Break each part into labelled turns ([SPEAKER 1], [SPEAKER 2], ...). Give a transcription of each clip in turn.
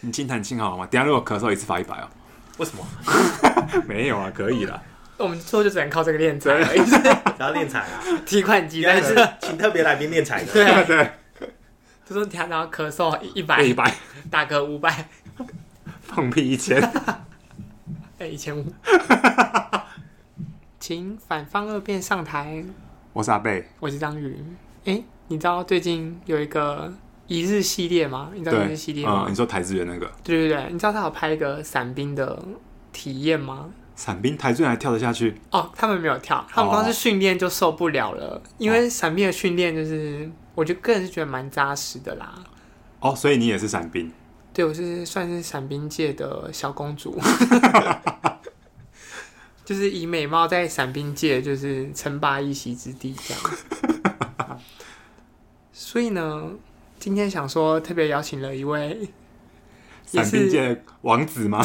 [SPEAKER 1] 你轻弹轻好吗？等一下如果咳嗽一次罚一百 哦。
[SPEAKER 2] 为什么？
[SPEAKER 1] 没有啊，可以啦。
[SPEAKER 3] 我们最后就只能靠这个练财而已，就是
[SPEAKER 2] 然后练财啊？
[SPEAKER 3] 提款机。
[SPEAKER 2] 原来
[SPEAKER 3] 但
[SPEAKER 2] 是
[SPEAKER 3] 是
[SPEAKER 2] 请特别来宾练财的。
[SPEAKER 3] 对啊，
[SPEAKER 1] 对，
[SPEAKER 3] 就说他然后咳嗽一
[SPEAKER 1] 哎
[SPEAKER 3] 百，
[SPEAKER 1] 一百，
[SPEAKER 3] 打嗝五百，
[SPEAKER 1] 放屁一 千。
[SPEAKER 3] 哎一千五。请反方二辩上台，
[SPEAKER 1] 我是阿贝，
[SPEAKER 3] 我是章鱼。哎、你知道最近有一个一日系列吗？你知道一
[SPEAKER 1] 对
[SPEAKER 3] 日系，列吗
[SPEAKER 1] 嗯，？你说台资源那个
[SPEAKER 3] 对对对，你知道他有拍一个伞兵的体验吗？
[SPEAKER 1] 伞兵，台资源还跳得下去？
[SPEAKER 3] 哦，他们没有跳，他们光是训练就受不了了，因为伞兵的训练就是，我就个人是觉得蛮扎实的啦。
[SPEAKER 1] 哦，所以你也是伞兵，
[SPEAKER 3] 对我是算是伞兵界的小公主， 就是以美貌在伞兵界就是称霸一席之地这样。所以呢，今天想说特别邀请了一位也
[SPEAKER 1] 伞
[SPEAKER 3] 是
[SPEAKER 1] 兵界的王子 吗？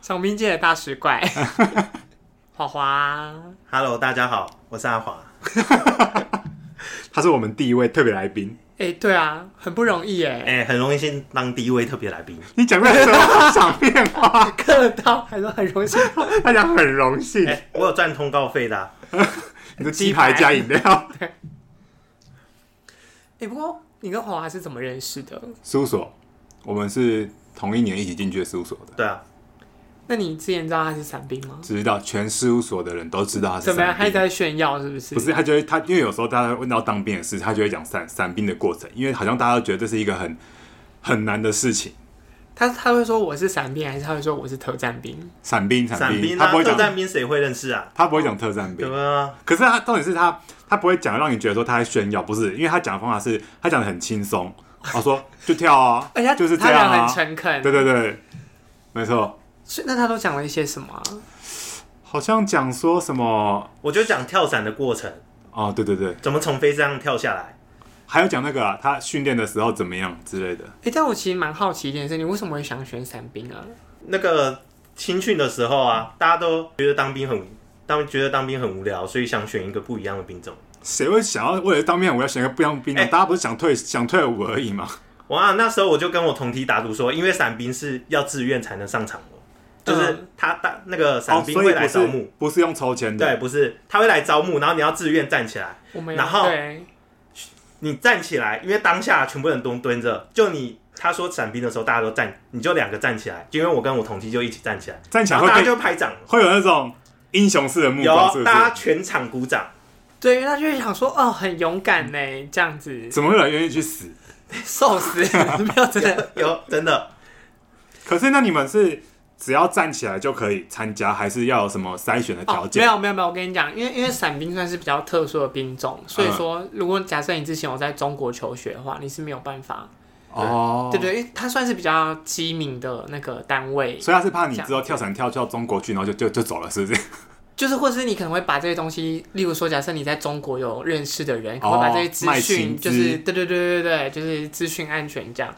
[SPEAKER 3] 伞兵界的大使怪花花。
[SPEAKER 2] Hello，大家好，我是阿华。
[SPEAKER 1] 他是我们第一位特别来宾。
[SPEAKER 3] 哎、对啊，很不容易哎，
[SPEAKER 2] 哎、很荣幸先当第一位特别来宾。
[SPEAKER 1] 你讲出来什 么场面话？
[SPEAKER 3] 刻到还是很荣幸。
[SPEAKER 1] 他讲很荣幸
[SPEAKER 2] 哎、，我有赚通告费的啊、
[SPEAKER 1] 你的鸡排加饮料，
[SPEAKER 3] 哎、不过你跟华华是怎么认识的？
[SPEAKER 1] 事务所，我们是同一年一起进去的事务所的。
[SPEAKER 2] 对啊，
[SPEAKER 3] 那你之前知道他是伞兵吗？
[SPEAKER 1] 知道全事务所的人都知道他是
[SPEAKER 3] 怎么样？
[SPEAKER 1] 伞
[SPEAKER 3] 他一
[SPEAKER 1] 兵
[SPEAKER 3] 直在炫耀是不是？
[SPEAKER 1] 不是，他就会他，因为有时候大家问到当兵的事，他就会讲伞伞兵的过程，因为好像大家都觉得这是一个很很难的事情。
[SPEAKER 3] 他他会说我是伞兵，还是他会说我是特战兵？
[SPEAKER 1] 伞兵，伞
[SPEAKER 2] 伞
[SPEAKER 1] 兵，
[SPEAKER 2] 兵
[SPEAKER 1] 他
[SPEAKER 2] 啊，
[SPEAKER 1] 不会
[SPEAKER 2] 特
[SPEAKER 1] 讲，
[SPEAKER 2] 战兵谁会认识啊？
[SPEAKER 1] 他不会讲特战
[SPEAKER 2] 对
[SPEAKER 1] 兵。
[SPEAKER 2] 吧？
[SPEAKER 1] 可是他重点是他，他不会讲让你觉得说他在炫耀，不是，因为他讲的方法是他讲的很轻松，我 说就跳啊
[SPEAKER 2] 哎
[SPEAKER 3] 哎而且他，
[SPEAKER 1] 就是这
[SPEAKER 3] 他
[SPEAKER 1] 样
[SPEAKER 3] 讲得很
[SPEAKER 1] 啊，
[SPEAKER 3] 诚恳。
[SPEAKER 1] 对对对，没错，
[SPEAKER 3] 所以那他都讲了一些什么啊、
[SPEAKER 1] 好像讲说什么
[SPEAKER 2] 我就讲跳伞的过程，
[SPEAKER 1] 哦，对对对，
[SPEAKER 2] 怎么从飞机上跳下来。
[SPEAKER 1] 还有讲那个啊、他训练的时候怎么样之类的，
[SPEAKER 3] 哎、但我其实蛮好奇一件事，你为什么会想选伞兵啊？
[SPEAKER 2] 那个青训的时候啊，大家都觉得当兵很，当觉得当兵很无聊，所以想选一个不一样的兵种。
[SPEAKER 1] 谁会想要为了当面我要选一个不一样的兵呢？
[SPEAKER 2] 哎
[SPEAKER 1] 大家不是想退想退伍而已吗？
[SPEAKER 2] 哇，那时候我就跟我同梯打赌说，因为伞兵是要自愿才能上场的，就是
[SPEAKER 3] 嗯
[SPEAKER 2] 他大那个伞
[SPEAKER 1] 哦，
[SPEAKER 2] 兵
[SPEAKER 1] 所以
[SPEAKER 2] 会来
[SPEAKER 1] 不
[SPEAKER 2] 招
[SPEAKER 1] 是
[SPEAKER 2] 募，
[SPEAKER 1] 不是用抽签的，
[SPEAKER 2] 对，不是他会来招募，然后你要自愿站起来，
[SPEAKER 3] 我没有。
[SPEAKER 2] 然后
[SPEAKER 3] 对，
[SPEAKER 2] 你站起来，因为当下全部人都蹲着，就你他说伞兵的时候，大家都站，你就两个站起来，就因为我跟我同梯就一起站起来，
[SPEAKER 1] 站起来
[SPEAKER 2] 然后大
[SPEAKER 1] 会
[SPEAKER 2] 家
[SPEAKER 1] 被
[SPEAKER 2] 就拍掌，
[SPEAKER 1] 会有那种英雄式的目
[SPEAKER 2] 有啊
[SPEAKER 1] 光，是不
[SPEAKER 2] 大家
[SPEAKER 1] 是？
[SPEAKER 2] 全场鼓掌，
[SPEAKER 3] 对，因为他就会想说，哦，很勇敢呢，这样 子
[SPEAKER 1] 怎么会有人愿意去死？
[SPEAKER 3] 受 死没有真的。
[SPEAKER 2] 有真的
[SPEAKER 1] 可是那你们是只要站起来就可以参加，还是要有什么筛选的条
[SPEAKER 3] 哦，没
[SPEAKER 1] 件？
[SPEAKER 3] 有没有没有，我跟你讲，因为因为伞兵算是比较特殊的兵种，所以说如果假设你之前有在中国求学的话，你是没有办法，
[SPEAKER 1] 哦，
[SPEAKER 3] 对，对，因为它算是比较机敏的那个单位，
[SPEAKER 1] 所以他是怕你之后跳伞跳到中国去，然后就就就走了，是不是？
[SPEAKER 3] 就是，或是你可能会把这些东西，例如说，假设你在中国有认识的人，可能会把这些资
[SPEAKER 1] 卖
[SPEAKER 3] 讯，
[SPEAKER 1] 薪资
[SPEAKER 3] 就是对对对对对，就是资讯安全这样。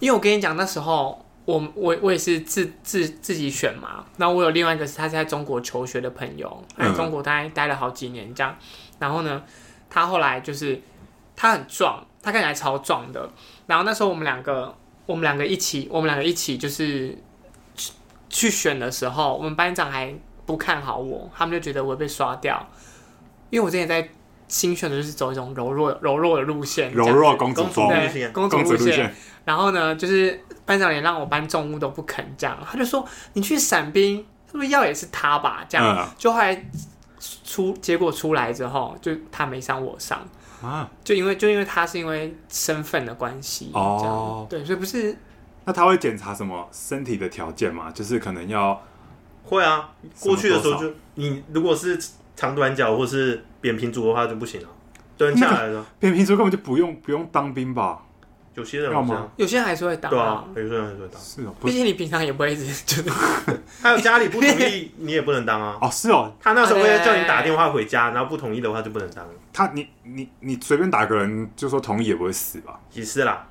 [SPEAKER 3] 因为我跟你讲，那时候我我我也是自自自己选嘛，然后我有另外一个是他是在中国求学的朋友，他在
[SPEAKER 1] 嗯
[SPEAKER 3] 中国待待了好几年这样。然后呢，他后来就是他很壮，他看起来超壮的。然后那时候我们两个，我们两个一起，我们两个一起就是去去选的时候，我们班长还不看好我，他们就觉得我会被刷掉，因为我之前在新选的就是走一种柔弱柔弱的路线，
[SPEAKER 1] 柔弱公主
[SPEAKER 2] 公
[SPEAKER 1] 风
[SPEAKER 2] 主，
[SPEAKER 3] 对
[SPEAKER 2] 路线
[SPEAKER 3] 公主
[SPEAKER 1] 公主
[SPEAKER 3] 路
[SPEAKER 1] 路
[SPEAKER 3] 线。
[SPEAKER 1] 线，
[SPEAKER 3] 然后呢，就是班长连让我搬重物都不肯，这样他就说你去伞兵，是不是要也是他吧？这样、
[SPEAKER 1] 嗯
[SPEAKER 3] 就后来出结果出来之后，就他没上我上。
[SPEAKER 1] 啊，
[SPEAKER 3] 就因为就因为他是因为身份的关系
[SPEAKER 1] 哦
[SPEAKER 3] 这样对，所以不是
[SPEAKER 1] 那他会检查什么身体的条件吗？就是可能要
[SPEAKER 2] 会啊。过去的时候
[SPEAKER 1] 什
[SPEAKER 2] 就你如果是长短脚或是扁平足的话就不行了，蹲下来了。
[SPEAKER 1] 扁平足根本就不用不用当兵吧？
[SPEAKER 2] 有些人
[SPEAKER 1] 要
[SPEAKER 2] 这
[SPEAKER 1] 吗
[SPEAKER 2] 样，
[SPEAKER 3] 有些人还是会打
[SPEAKER 2] 对啊，，有些人还是会当。
[SPEAKER 1] 是哦，不
[SPEAKER 3] 毕竟你平常也不会一直 就是
[SPEAKER 2] 还有家里不同 意，你也不能当啊。
[SPEAKER 1] 哦是哦，
[SPEAKER 2] 他那时候会叫你打电话回家，然后不同意的话就不能当，
[SPEAKER 1] 他你你你随便打个人就说同意也不会死吧？
[SPEAKER 2] 也是啦。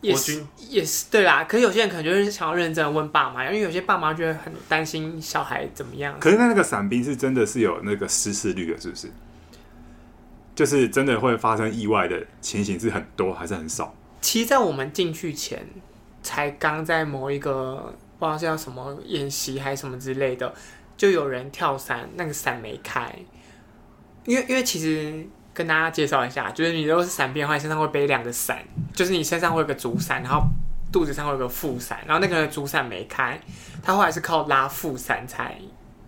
[SPEAKER 3] 也
[SPEAKER 2] 国
[SPEAKER 3] 是
[SPEAKER 2] 军
[SPEAKER 3] 也是对啦。可是有些人可能就是想要认真地问爸妈，因为有些爸妈就会很担心小孩怎么样。
[SPEAKER 1] 可是那那个伞兵是真的是有那个失事率的，是不是？就是真的会发生意外的情形是很多还是很少？
[SPEAKER 3] 其实，在我们进去前，才刚在某一个不知道是叫什么演习还是什么之类的，就有人跳伞，那个伞没开。因为因为其实跟大家介绍一下，就是你如果是伞兵的话，你身上会背两个伞，就是你身上会有个主伞，然后肚子上会有个副伞，然后那个主伞没开，他后来是靠拉副伞才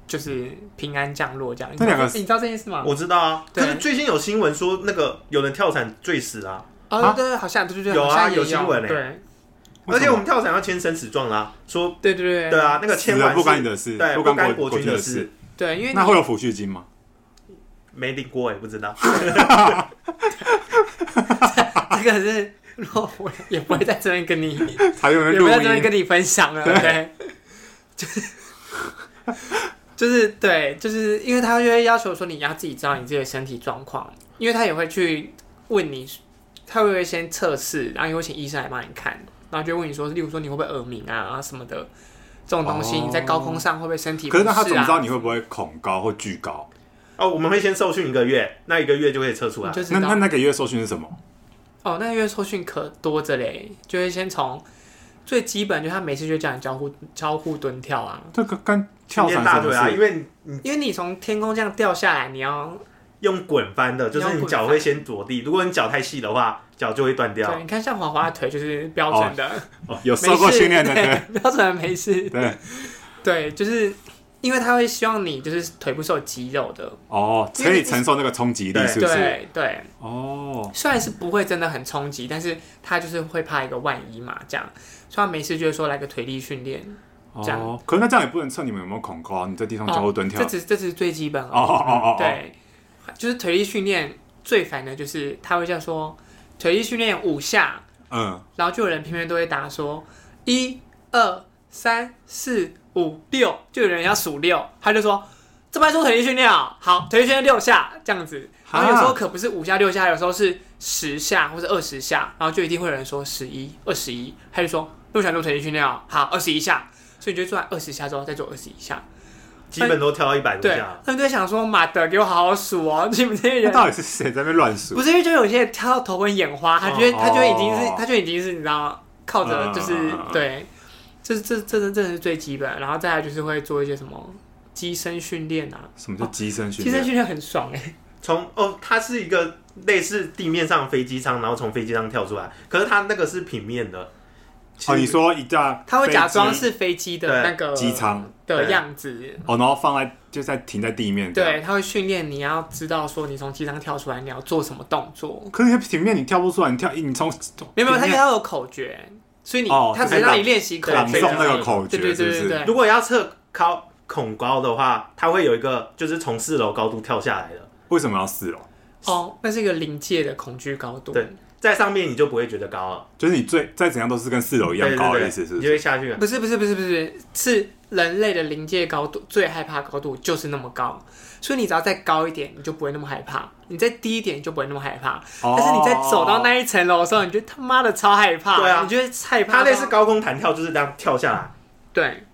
[SPEAKER 3] 就是平安降落这样。你知道
[SPEAKER 1] 那两个
[SPEAKER 3] 你知道这件事吗？
[SPEAKER 2] 我知道啊，可
[SPEAKER 3] 对
[SPEAKER 2] 是最近有新闻说那个有人跳伞坠死啦、
[SPEAKER 3] 哦，
[SPEAKER 1] 啊
[SPEAKER 3] 对对，好像对对对，
[SPEAKER 2] 有啊
[SPEAKER 3] 好像也
[SPEAKER 2] 有新闻欸
[SPEAKER 3] 对
[SPEAKER 1] 为什么
[SPEAKER 2] 而且我们跳伞要签生死状啦、说
[SPEAKER 3] 对对对
[SPEAKER 2] 对啊，那个
[SPEAKER 1] 死
[SPEAKER 2] 签
[SPEAKER 1] 了
[SPEAKER 2] 完
[SPEAKER 1] 不干你
[SPEAKER 2] 是
[SPEAKER 1] 的事，
[SPEAKER 2] 对
[SPEAKER 1] 不干
[SPEAKER 2] 不干
[SPEAKER 1] 国
[SPEAKER 2] 国军
[SPEAKER 1] 的
[SPEAKER 2] 的事，
[SPEAKER 3] 对，因为你
[SPEAKER 1] 那会有抚恤金吗？
[SPEAKER 2] 没领过也欸不知道，
[SPEAKER 3] 这个啊是，我也不会在这边 跟你，也
[SPEAKER 1] 还有人
[SPEAKER 3] 不
[SPEAKER 1] 录
[SPEAKER 3] 会在这边
[SPEAKER 1] 音
[SPEAKER 3] 跟你分享了，对， 就是就是对，就是因为他就会要求说你要自己知道你自己的身体状况，因为他也会去问你，他会先测试，然后也会请医生来帮你看，然后就问你说，例如说你会不会耳鸣啊什么的。这种东西
[SPEAKER 1] 哦
[SPEAKER 3] 你在高空上会不会身体不
[SPEAKER 1] 可
[SPEAKER 3] 适
[SPEAKER 1] 是
[SPEAKER 3] 啊？
[SPEAKER 1] 那他怎么知道你会不会恐高或巨高？
[SPEAKER 2] 哦，我们会先受训一个月，那一个月就可以测出来
[SPEAKER 3] 你。就知
[SPEAKER 1] 那
[SPEAKER 3] 道
[SPEAKER 1] 那那个月受训是什么？
[SPEAKER 3] 哦，那个月受训可多着嘞，就会先从最基本，就他每次就叫你交互交互蹲跳啊，
[SPEAKER 1] 这个跟
[SPEAKER 2] 训
[SPEAKER 1] 跳
[SPEAKER 2] 练
[SPEAKER 1] 伞
[SPEAKER 2] 大
[SPEAKER 1] 什么
[SPEAKER 2] 腿啊，因
[SPEAKER 1] 事？
[SPEAKER 2] 为你
[SPEAKER 3] 因为你从天空这样掉下来，你要
[SPEAKER 2] 用滚翻的，就是你脚会先着地。如果你脚太细的话，脚就会断掉
[SPEAKER 3] 对，。你看像华华的腿就是标准的，
[SPEAKER 1] 有
[SPEAKER 3] 没
[SPEAKER 1] 哦受过
[SPEAKER 3] 事
[SPEAKER 1] 训练的，对
[SPEAKER 3] 对，标准的没事，
[SPEAKER 1] 对
[SPEAKER 3] 对，就是因为他会希望你就是腿部是有肌肉的，
[SPEAKER 1] 哦，
[SPEAKER 3] 因为
[SPEAKER 1] 可以
[SPEAKER 3] 你
[SPEAKER 1] 承受那个冲击力，
[SPEAKER 2] 对
[SPEAKER 1] 是不是？
[SPEAKER 3] 对对，
[SPEAKER 1] 哦，
[SPEAKER 3] 虽然是不会真的很冲击，但是他就是会怕一个万一嘛，这样，所以他没事就会说来个腿力训练，这样哦
[SPEAKER 1] 哦，可是那这样也不能测你们有没有恐高啊，你在地上交互蹲跳
[SPEAKER 3] 这，只这只是最基本
[SPEAKER 1] 哦哦哦哦，
[SPEAKER 3] 对，就是腿力训练最烦的就是他会这样说，腿力训练五下，
[SPEAKER 1] 嗯，
[SPEAKER 3] 然后就有人偏偏都会答说一二三四五六，就有人要数六，他就说这边说腿力训练啊，好，腿力训练六下这样子，然后有时候可不是五下六下，有时候是十下或者二十下，然后就一定会有人说十一二十一，他就说那我想做腿力训练啊，好，二十一下，所以你就做完二十下之后再做二十一下，
[SPEAKER 2] 基本都跳到一百多
[SPEAKER 3] 对
[SPEAKER 2] 下，。
[SPEAKER 3] 他们就会想说马德给我好好数哦，你们这 些
[SPEAKER 1] 那
[SPEAKER 3] 人
[SPEAKER 1] 到底是谁在那边乱数
[SPEAKER 3] 不？是因为就有些人挑到头昏眼花，他觉得、
[SPEAKER 1] 哦
[SPEAKER 3] 他觉得已经是他觉得已经是你知道靠着就是、
[SPEAKER 1] 嗯嗯嗯嗯
[SPEAKER 3] 对，这这这这真的是最基本，然后再来就是会做一些什么机身训练啊，
[SPEAKER 1] 什么叫机身训
[SPEAKER 3] 机身
[SPEAKER 1] 练？
[SPEAKER 3] 训练很爽哎、欸，
[SPEAKER 2] 从哦，它是一个类似地面上飞机舱，然后从飞机上跳出来，可是它那个是平面的。
[SPEAKER 1] 哦，你说一架
[SPEAKER 3] 他会假装
[SPEAKER 1] 飞机
[SPEAKER 3] 是飞机的
[SPEAKER 2] 对
[SPEAKER 3] 那个
[SPEAKER 1] 机舱
[SPEAKER 3] 的样子，
[SPEAKER 1] 哦，然后放在就在停在地面，
[SPEAKER 3] 对，。他会训练你要知道说你从机舱跳出来你要做什么动作，
[SPEAKER 1] 可是平面你跳不出来，你跳你从
[SPEAKER 3] 没有没有，他
[SPEAKER 1] 平
[SPEAKER 3] 因为
[SPEAKER 1] 面
[SPEAKER 3] 他有口诀，所以你、
[SPEAKER 1] 哦
[SPEAKER 3] 他只是
[SPEAKER 1] 就是
[SPEAKER 3] 让你练习口
[SPEAKER 1] 朗
[SPEAKER 3] 诀，
[SPEAKER 1] 诵那个口诀
[SPEAKER 3] 对对对
[SPEAKER 1] 是
[SPEAKER 3] 对
[SPEAKER 1] 不是
[SPEAKER 3] 对，
[SPEAKER 2] 如果要测高恐高的话，它会有一个就是从四楼高度跳下来的，
[SPEAKER 1] 为什么要四楼？
[SPEAKER 3] 哦，那是一个临界的恐惧高度，
[SPEAKER 2] 对在上面你就不会觉得高了，
[SPEAKER 1] 就是你最再怎样都是跟四楼一样
[SPEAKER 2] 对
[SPEAKER 1] 高的
[SPEAKER 2] 对
[SPEAKER 1] 意思，是不
[SPEAKER 2] 对，你
[SPEAKER 1] 是
[SPEAKER 2] 就？会下去了。
[SPEAKER 3] 不是不是不是不是，是人类的临界高度最害怕的高度就是那么高，所以你只要再高一点，你就不会那么害怕；你再低一点，你就不会那么害怕。
[SPEAKER 1] 哦
[SPEAKER 3] 但是你在走到那一层楼的时候，你就他妈的超害怕，
[SPEAKER 2] 对啊
[SPEAKER 3] 你就会害怕
[SPEAKER 2] 它
[SPEAKER 3] 到。
[SPEAKER 2] 类似高空弹跳，就是这样跳下来。
[SPEAKER 3] 对，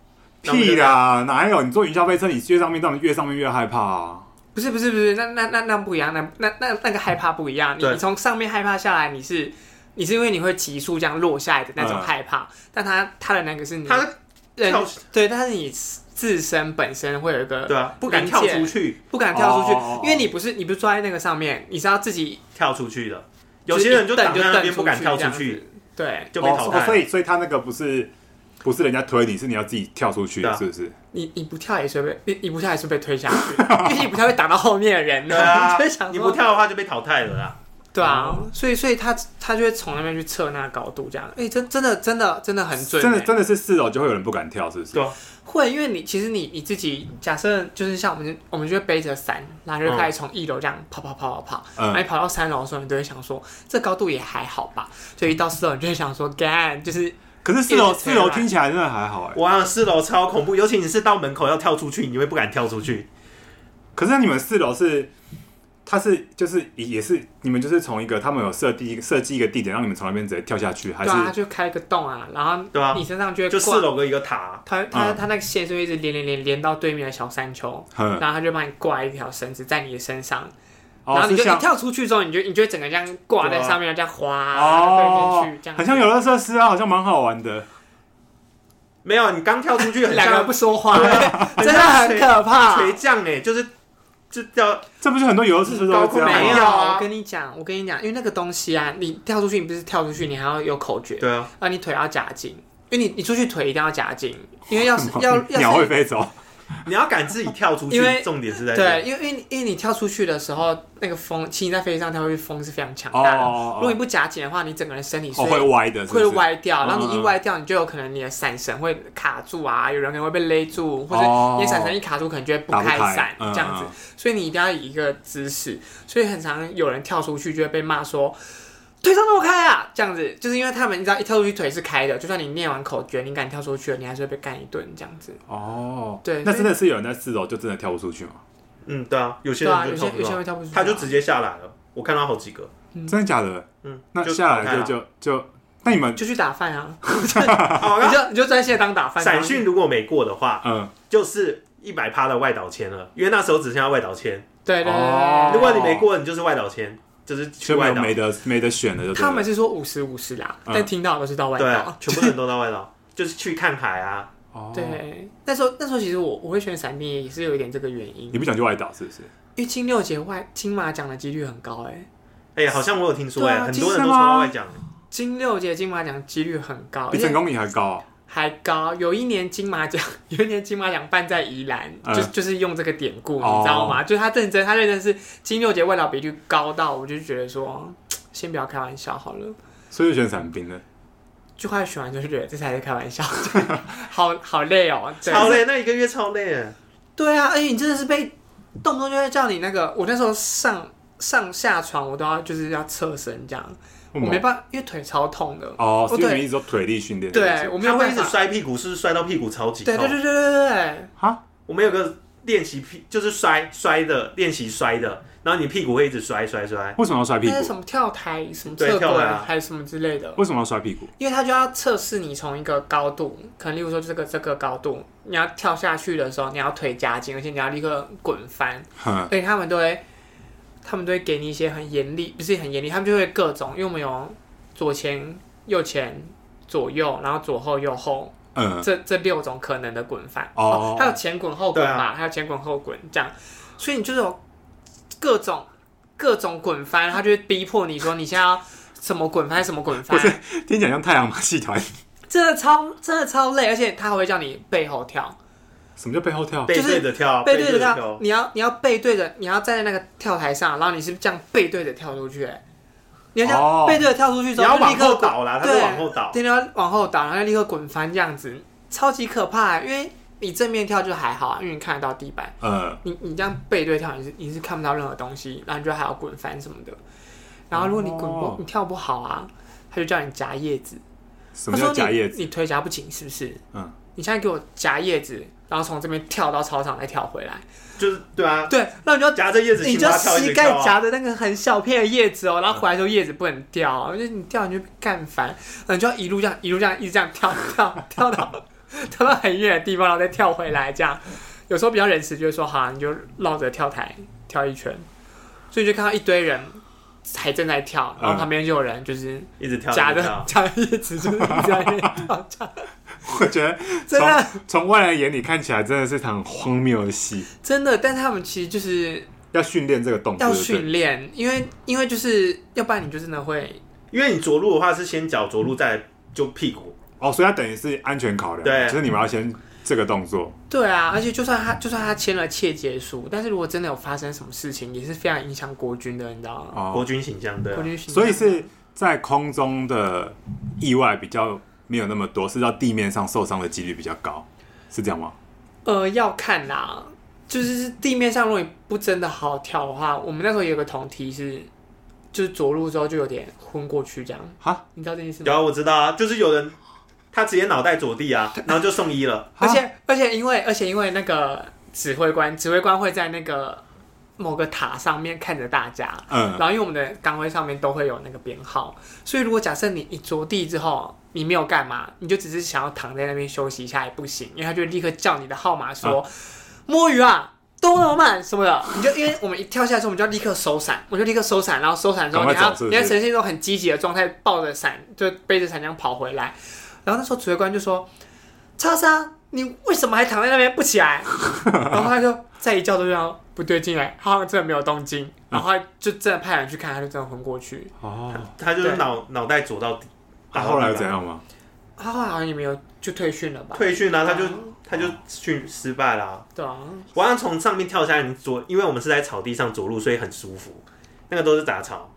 [SPEAKER 1] 屁啦，哪有？你坐云霄飞车，你越上面，到你越上面越害怕啊！
[SPEAKER 3] 不是不是不是，那那那那不一样，那那那那个害怕不一样。你
[SPEAKER 2] 对
[SPEAKER 3] 你从上面害怕下来，你是你是因为你会急速这样落下来的那种
[SPEAKER 1] 嗯
[SPEAKER 3] 害怕，但他他的那个是你
[SPEAKER 2] 它
[SPEAKER 3] 人
[SPEAKER 2] 跳
[SPEAKER 3] 对，但是你自身本身会有一个
[SPEAKER 2] 对啊，不敢
[SPEAKER 3] 临
[SPEAKER 2] 跳
[SPEAKER 3] 界
[SPEAKER 2] 出去，
[SPEAKER 3] 不敢跳出去，
[SPEAKER 1] 哦
[SPEAKER 3] 因为你不是你不是坐在那个上面，你是要自己
[SPEAKER 2] 跳出去的。有些人
[SPEAKER 3] 就
[SPEAKER 2] 就
[SPEAKER 3] 一蹬
[SPEAKER 2] 挡在那
[SPEAKER 3] 蹬
[SPEAKER 2] 边不敢跳出
[SPEAKER 3] 出
[SPEAKER 2] 去，，
[SPEAKER 3] 对
[SPEAKER 2] 就被淘
[SPEAKER 1] 哦哦所
[SPEAKER 2] 汰。
[SPEAKER 1] 以，所以他那个不是不是人家推你，是你要自己跳出去
[SPEAKER 2] 对，啊
[SPEAKER 1] 是不是？
[SPEAKER 3] 你你不跳也是会被你你不跳也是被推 下去，因为你不跳会挡到后面的人
[SPEAKER 2] 对
[SPEAKER 3] 呢，
[SPEAKER 2] 啊
[SPEAKER 3] 就会想，
[SPEAKER 2] 你不
[SPEAKER 3] 说
[SPEAKER 2] 跳的话就被淘汰了啦。
[SPEAKER 3] 对啊，
[SPEAKER 1] 哦
[SPEAKER 3] 所以所以他他就会从那边去测那个高度这样，哎，真真的真的真的很准，欸
[SPEAKER 1] 真的真的是四楼就会有人不敢跳，是不是？
[SPEAKER 2] 对
[SPEAKER 3] 会，因为你其实你你自己假设就是像我们就，我们就会背着伞，然后就开始从一楼这样跑跑跑跑跑，
[SPEAKER 1] 嗯
[SPEAKER 3] 然后你跑到三楼的时候，你都会想说这高度也还好吧，所以一到四楼你就会想说干，就是
[SPEAKER 1] 可是四楼
[SPEAKER 3] 一直
[SPEAKER 1] 四
[SPEAKER 3] 推来
[SPEAKER 1] 楼听起来真的还好哎、
[SPEAKER 2] 哇，四楼超恐怖，尤其你是到门口要跳出去，你会不敢跳出去。
[SPEAKER 1] 可是你们四楼是，它是就是也是你们就是从一个他们有设定设计一个地点，让你们从那边直接跳下去，还
[SPEAKER 3] 对
[SPEAKER 1] 是
[SPEAKER 3] 啊，他就开个洞啊，然后
[SPEAKER 2] 对啊
[SPEAKER 3] 你身上就会
[SPEAKER 2] 就
[SPEAKER 3] 挂
[SPEAKER 2] 四楼的一个塔，
[SPEAKER 3] 他他
[SPEAKER 1] 嗯
[SPEAKER 3] 他那个线就会一直连连连连到对面的小山丘，
[SPEAKER 1] 嗯
[SPEAKER 3] 然后他就帮你挂一条绳子在你的身上，然
[SPEAKER 1] 哦，
[SPEAKER 3] 后
[SPEAKER 1] 是
[SPEAKER 3] 你就一
[SPEAKER 1] 像
[SPEAKER 3] 跳出去之后，你就你就整个这样挂在上面，这样滑
[SPEAKER 1] 哦
[SPEAKER 3] 对面去，这样
[SPEAKER 1] 很像游乐设施啊，好像蛮好玩的。
[SPEAKER 2] 没有，你刚跳出去很
[SPEAKER 3] 两个人
[SPEAKER 2] 像
[SPEAKER 3] 不说话，
[SPEAKER 2] 很像
[SPEAKER 3] 真的很
[SPEAKER 2] 垂
[SPEAKER 3] 可怕。
[SPEAKER 2] 垂降哎、就是就叫
[SPEAKER 1] 这不是很多游乐设施都
[SPEAKER 2] 高
[SPEAKER 1] 是这
[SPEAKER 2] 空
[SPEAKER 1] 样
[SPEAKER 2] 没
[SPEAKER 1] 吗？
[SPEAKER 2] 有啊
[SPEAKER 3] 我跟你讲，我跟你讲，因为那个东西啊，你跳出去，你不是跳出去，你还要有口诀，
[SPEAKER 2] 对啊，
[SPEAKER 3] 啊，你腿要夹紧，因为你你出去腿一定要夹紧，因为要是啊要
[SPEAKER 1] 鸟
[SPEAKER 3] 要
[SPEAKER 1] 会
[SPEAKER 3] 是
[SPEAKER 1] 飞 走，
[SPEAKER 2] 你要敢自己跳出
[SPEAKER 3] 因为
[SPEAKER 2] 去，重点是在这
[SPEAKER 3] 对，因为因为因为你跳出去的时候，那个风，其实你在飞机上它会风是非常强
[SPEAKER 1] 哦
[SPEAKER 3] 大的，
[SPEAKER 1] 哦
[SPEAKER 3] 如果你不夹紧的话，你整个人身体是
[SPEAKER 1] 哦会歪的，是不
[SPEAKER 3] 会
[SPEAKER 1] 是
[SPEAKER 3] 歪掉，
[SPEAKER 1] 嗯
[SPEAKER 3] 然后你一歪掉，你就有可能你的伞绳会卡住啊，有人可能会被勒住，或者
[SPEAKER 1] 哦
[SPEAKER 3] 你的伞绳一卡住，可能就会不
[SPEAKER 1] 打不
[SPEAKER 3] 开
[SPEAKER 1] 开
[SPEAKER 3] 伞
[SPEAKER 1] 嗯
[SPEAKER 3] 这样子
[SPEAKER 1] 嗯。
[SPEAKER 3] 所以你一定要以一个姿势，所以很常有人跳出去就会被骂说。腿张那么开啊，这样子，就是因为他们你知道一跳出去腿是开的，就算你念完口诀，你敢跳出去了，你还是会被干一顿这样子。
[SPEAKER 1] 哦，
[SPEAKER 3] 对
[SPEAKER 1] 那
[SPEAKER 3] 所以
[SPEAKER 1] 真的是有人在四楼就真的跳不出去吗？
[SPEAKER 2] 嗯，对啊，有些
[SPEAKER 3] 对啊，
[SPEAKER 2] 人
[SPEAKER 3] 有
[SPEAKER 2] 就跳
[SPEAKER 3] 些
[SPEAKER 2] 不
[SPEAKER 3] 有些人
[SPEAKER 2] 到，
[SPEAKER 3] 会跳不出去啊，
[SPEAKER 2] 他就直接下来了，我看到好几个，
[SPEAKER 1] 真的假的？
[SPEAKER 2] 嗯，
[SPEAKER 1] 那
[SPEAKER 2] 就
[SPEAKER 1] 下
[SPEAKER 2] 淘汰
[SPEAKER 1] 来
[SPEAKER 2] 了
[SPEAKER 1] 就就就那你们
[SPEAKER 3] 就去打饭啊，
[SPEAKER 2] 哎好，
[SPEAKER 3] 你
[SPEAKER 2] 那
[SPEAKER 3] 就你就专线当打饭。
[SPEAKER 2] 闪训如果没过的话，
[SPEAKER 1] 嗯
[SPEAKER 2] 就是一百趴的外岛签了，因为那时候只剩下外岛签，
[SPEAKER 3] 对对对对
[SPEAKER 1] 哦
[SPEAKER 3] 对，
[SPEAKER 2] 如果你没过，你就是外岛签，就是去
[SPEAKER 1] 就没
[SPEAKER 2] 外
[SPEAKER 1] 有
[SPEAKER 2] 岛，
[SPEAKER 1] 没得没得选的，就对了
[SPEAKER 3] 他们是说五十五十啦，
[SPEAKER 1] 嗯
[SPEAKER 3] 但听到的是到外
[SPEAKER 2] 对
[SPEAKER 3] 岛
[SPEAKER 2] 啊，。全部人都到外岛， 就是去看海啊，
[SPEAKER 1] 哦，
[SPEAKER 3] 对，那时候那时候其实我我会选闪电也是有一点这个原因，
[SPEAKER 1] 你不想去外岛是不是？
[SPEAKER 3] 因为金六节外金马奖的几率很高哎、
[SPEAKER 2] 哎、好像我有听说
[SPEAKER 3] 对
[SPEAKER 2] 哎、
[SPEAKER 3] 啊
[SPEAKER 2] 很
[SPEAKER 3] 其
[SPEAKER 2] 多
[SPEAKER 1] 实
[SPEAKER 2] 人都抽
[SPEAKER 1] 吗
[SPEAKER 2] 到外奖，
[SPEAKER 3] 金六节金马奖几率很高，而
[SPEAKER 1] 比成
[SPEAKER 3] 且
[SPEAKER 1] 功率还高啊
[SPEAKER 3] 还高。有一年金马奖， 有一年金马奖办在宜兰，
[SPEAKER 1] 嗯
[SPEAKER 3] 就就是用这个典故，
[SPEAKER 1] 哦
[SPEAKER 3] 你知道吗？就是他认真，他认真是金六节外岛比率高到，我就觉得说，先不要开玩笑好了。
[SPEAKER 1] 所以就选伞兵的。
[SPEAKER 3] 就快选完之后就觉得这才是开玩笑， 好好累哦，对
[SPEAKER 2] 超累，那一个月超累哎、
[SPEAKER 3] 对啊，而且你真的是被动不动就会叫你那个，我那时候上上下床我都要就是要侧身这样，我没办法，因为腿超痛的。
[SPEAKER 1] 哦，
[SPEAKER 3] 我
[SPEAKER 1] 所以你们
[SPEAKER 3] 对
[SPEAKER 1] 一直都腿力训练。是
[SPEAKER 3] 对，
[SPEAKER 1] 不是
[SPEAKER 3] 哎我没
[SPEAKER 2] 他
[SPEAKER 3] 有
[SPEAKER 2] 会一
[SPEAKER 3] 办
[SPEAKER 2] 直
[SPEAKER 3] 法。
[SPEAKER 2] 摔屁股，是不是摔到屁股超级啊痛？
[SPEAKER 3] 对对对对对对
[SPEAKER 1] 哈，
[SPEAKER 2] 我们有个练习屁，就是摔摔的练习摔的，然后你屁股会一直摔摔摔，
[SPEAKER 1] 为什么要摔
[SPEAKER 3] 对，
[SPEAKER 1] 屁
[SPEAKER 3] 那是
[SPEAKER 1] 股？
[SPEAKER 3] 什么跳台、什么
[SPEAKER 2] 对
[SPEAKER 3] 侧
[SPEAKER 2] 跳台
[SPEAKER 3] 滚
[SPEAKER 2] 啊
[SPEAKER 3] 还是什么之类的，
[SPEAKER 1] 为什么要摔屁股？
[SPEAKER 3] 因为他就要测试你从一个高度，可能例如说这个这个高度，你要跳下去的时候，你要腿夹紧，而且你要立刻滚翻，
[SPEAKER 1] 哼，
[SPEAKER 3] 所以他们都会，他们都会给你一些很严厉，不是很严厉，他们就会各种，因为我们有左前、右前、左右，然后左后、右后，
[SPEAKER 1] 嗯，
[SPEAKER 3] 这这六种可能的滚法。
[SPEAKER 1] 哦
[SPEAKER 3] 还有前滚后滚
[SPEAKER 2] 对
[SPEAKER 3] 吧，还有前滚后滚这样，所以你就是有各种各种滚翻，他就会逼迫你说你现在要什么滚翻什么 滚翻，
[SPEAKER 1] 听起来像太阳马戏 团。
[SPEAKER 3] 真的超真的超累，而且他还会叫你背后跳。
[SPEAKER 1] 什么叫背后跳？
[SPEAKER 2] 背
[SPEAKER 3] 就
[SPEAKER 2] 对
[SPEAKER 3] 是
[SPEAKER 2] 着跳，
[SPEAKER 3] 背
[SPEAKER 2] 对
[SPEAKER 3] 对着跳
[SPEAKER 2] 跳，，
[SPEAKER 3] 你要你要背对着，你要站在那个跳台上，然后你是这样背对着跳出去、欸，你要这
[SPEAKER 1] 哦
[SPEAKER 3] 样背对着跳出去
[SPEAKER 2] 你
[SPEAKER 3] 之后，
[SPEAKER 2] 要
[SPEAKER 3] 就立
[SPEAKER 2] 往
[SPEAKER 3] 刻
[SPEAKER 2] 后
[SPEAKER 3] 滚，
[SPEAKER 2] 倒啦，他
[SPEAKER 3] 对
[SPEAKER 2] 是往后倒，
[SPEAKER 3] 对，你要往后倒，然后立刻滚翻这样子，超级可怕、欸因为你正面跳就还好啊，因为你看得到地板，
[SPEAKER 1] 呃，
[SPEAKER 3] 你你这样背对跳，你是你是看不到任何东西，然后你就还要滚翻什么的。然后如果你滚不、
[SPEAKER 1] 哦
[SPEAKER 3] 你跳不好啊，他就叫你夹叶子，
[SPEAKER 1] 什么叫
[SPEAKER 3] 他
[SPEAKER 1] 假
[SPEAKER 3] 说你
[SPEAKER 1] 叶子？
[SPEAKER 3] 你腿夹不紧是不是？
[SPEAKER 1] 嗯，
[SPEAKER 3] 你现在给我夹叶子，然后从这边跳到操场再跳回来。
[SPEAKER 2] 就是对啊，
[SPEAKER 3] 对，那你就
[SPEAKER 2] 夹着叶子，
[SPEAKER 3] 你
[SPEAKER 2] 青
[SPEAKER 3] 就
[SPEAKER 2] 蛙跳一
[SPEAKER 3] 膝
[SPEAKER 2] 直
[SPEAKER 3] 盖
[SPEAKER 2] 跳啊，嗯
[SPEAKER 3] 夹着那个很小片的叶子哦，然后回来之后叶子不能掉，就是你掉你就被干烦，你就要一路这样一路这样一直这样跳跳跳到 跳到很远的地方，然后再跳回来这样。有时候比较仁慈，就会说好啊、你就绕着跳台跳一圈，所以就看到一堆人还正在跳，然后旁边就有人就是
[SPEAKER 2] 一直嗯跳，
[SPEAKER 3] 夹
[SPEAKER 2] 一
[SPEAKER 3] 着
[SPEAKER 2] 直跳
[SPEAKER 3] 夹着叶子就是一直在那边跳， 这样
[SPEAKER 1] 我觉得
[SPEAKER 3] 真的
[SPEAKER 1] 从从外人眼里看起来真的是场荒谬的戏，
[SPEAKER 3] 真的，但是他们其实就是
[SPEAKER 1] 要训练这个动作，
[SPEAKER 3] 要
[SPEAKER 1] 对不对
[SPEAKER 3] 训练，因为因为就是要不然你就真的会
[SPEAKER 2] 因为你着陆的话是先脚着陆，再就屁股，
[SPEAKER 1] 哦，所以它等于是安全考量，
[SPEAKER 2] 对
[SPEAKER 1] 就是你们要先这个动作，
[SPEAKER 3] 对啊，而且就算他就算他签了切结书，但是如果真的有发生什么事情，也是非常影响国军的，你知道吗？
[SPEAKER 1] 哦
[SPEAKER 2] 国军形象对啊
[SPEAKER 3] 国，军形象
[SPEAKER 1] 所以是在空中的意外比较没有那么多，是到地面上受伤的几率比较高，是这样吗？
[SPEAKER 3] 呃要看啦，就是地面上如果你不真的好好跳的话，我们那时候有个同梯是就是着陆之后就有点昏过去这样，
[SPEAKER 1] 哈，
[SPEAKER 3] 你知道这件事
[SPEAKER 2] 有
[SPEAKER 3] 吗？
[SPEAKER 2] 啊，我知道啊，就是有人他直接脑袋着地 啊，然后就送医了，
[SPEAKER 3] 而且而且因为而且因为那个指挥官指挥官会在那个某个塔上面看着大家，
[SPEAKER 1] 嗯，
[SPEAKER 3] 然后因为我们的岗位上面都会有那个编号，所以如果假设你一着地之后你没有干嘛，你就只是想要躺在那边休息一下也不行，因为他就立刻叫你的号码说、摸鱼啊，多罗曼什么的，你就因为我们一跳下来之后，我们就要立刻收伞，我就立刻收伞，然后收伞之后，你
[SPEAKER 1] 赶快
[SPEAKER 3] 要
[SPEAKER 1] 走是不
[SPEAKER 3] 你
[SPEAKER 1] 是
[SPEAKER 3] 要呈现一种很积极的状态，抱着伞就背着伞这样跑回来。然后那时候指挥官就说：“叉叉，你为什么还躺在那边不起 来？”然后他就再一叫就这样不对劲哎，他好像真的没有动
[SPEAKER 1] 嗯
[SPEAKER 3] 静，然后他就真的派人去看，他就真的昏过去。
[SPEAKER 1] 哦，
[SPEAKER 2] 他就是
[SPEAKER 3] 对啊
[SPEAKER 2] 脑脑袋左到底。
[SPEAKER 1] 他后来
[SPEAKER 2] 打
[SPEAKER 1] 又
[SPEAKER 2] 到地
[SPEAKER 1] 怎
[SPEAKER 2] 板
[SPEAKER 1] 样吗？
[SPEAKER 3] 他后来好像也没有就退训了吧？
[SPEAKER 2] 退训啊，他就
[SPEAKER 3] 啊
[SPEAKER 2] 他就训失败了啊。
[SPEAKER 3] 对啊，
[SPEAKER 2] 我要从上面跳下来，你左，因为我们是在草地上走路，所以很舒服。那个都是杂草，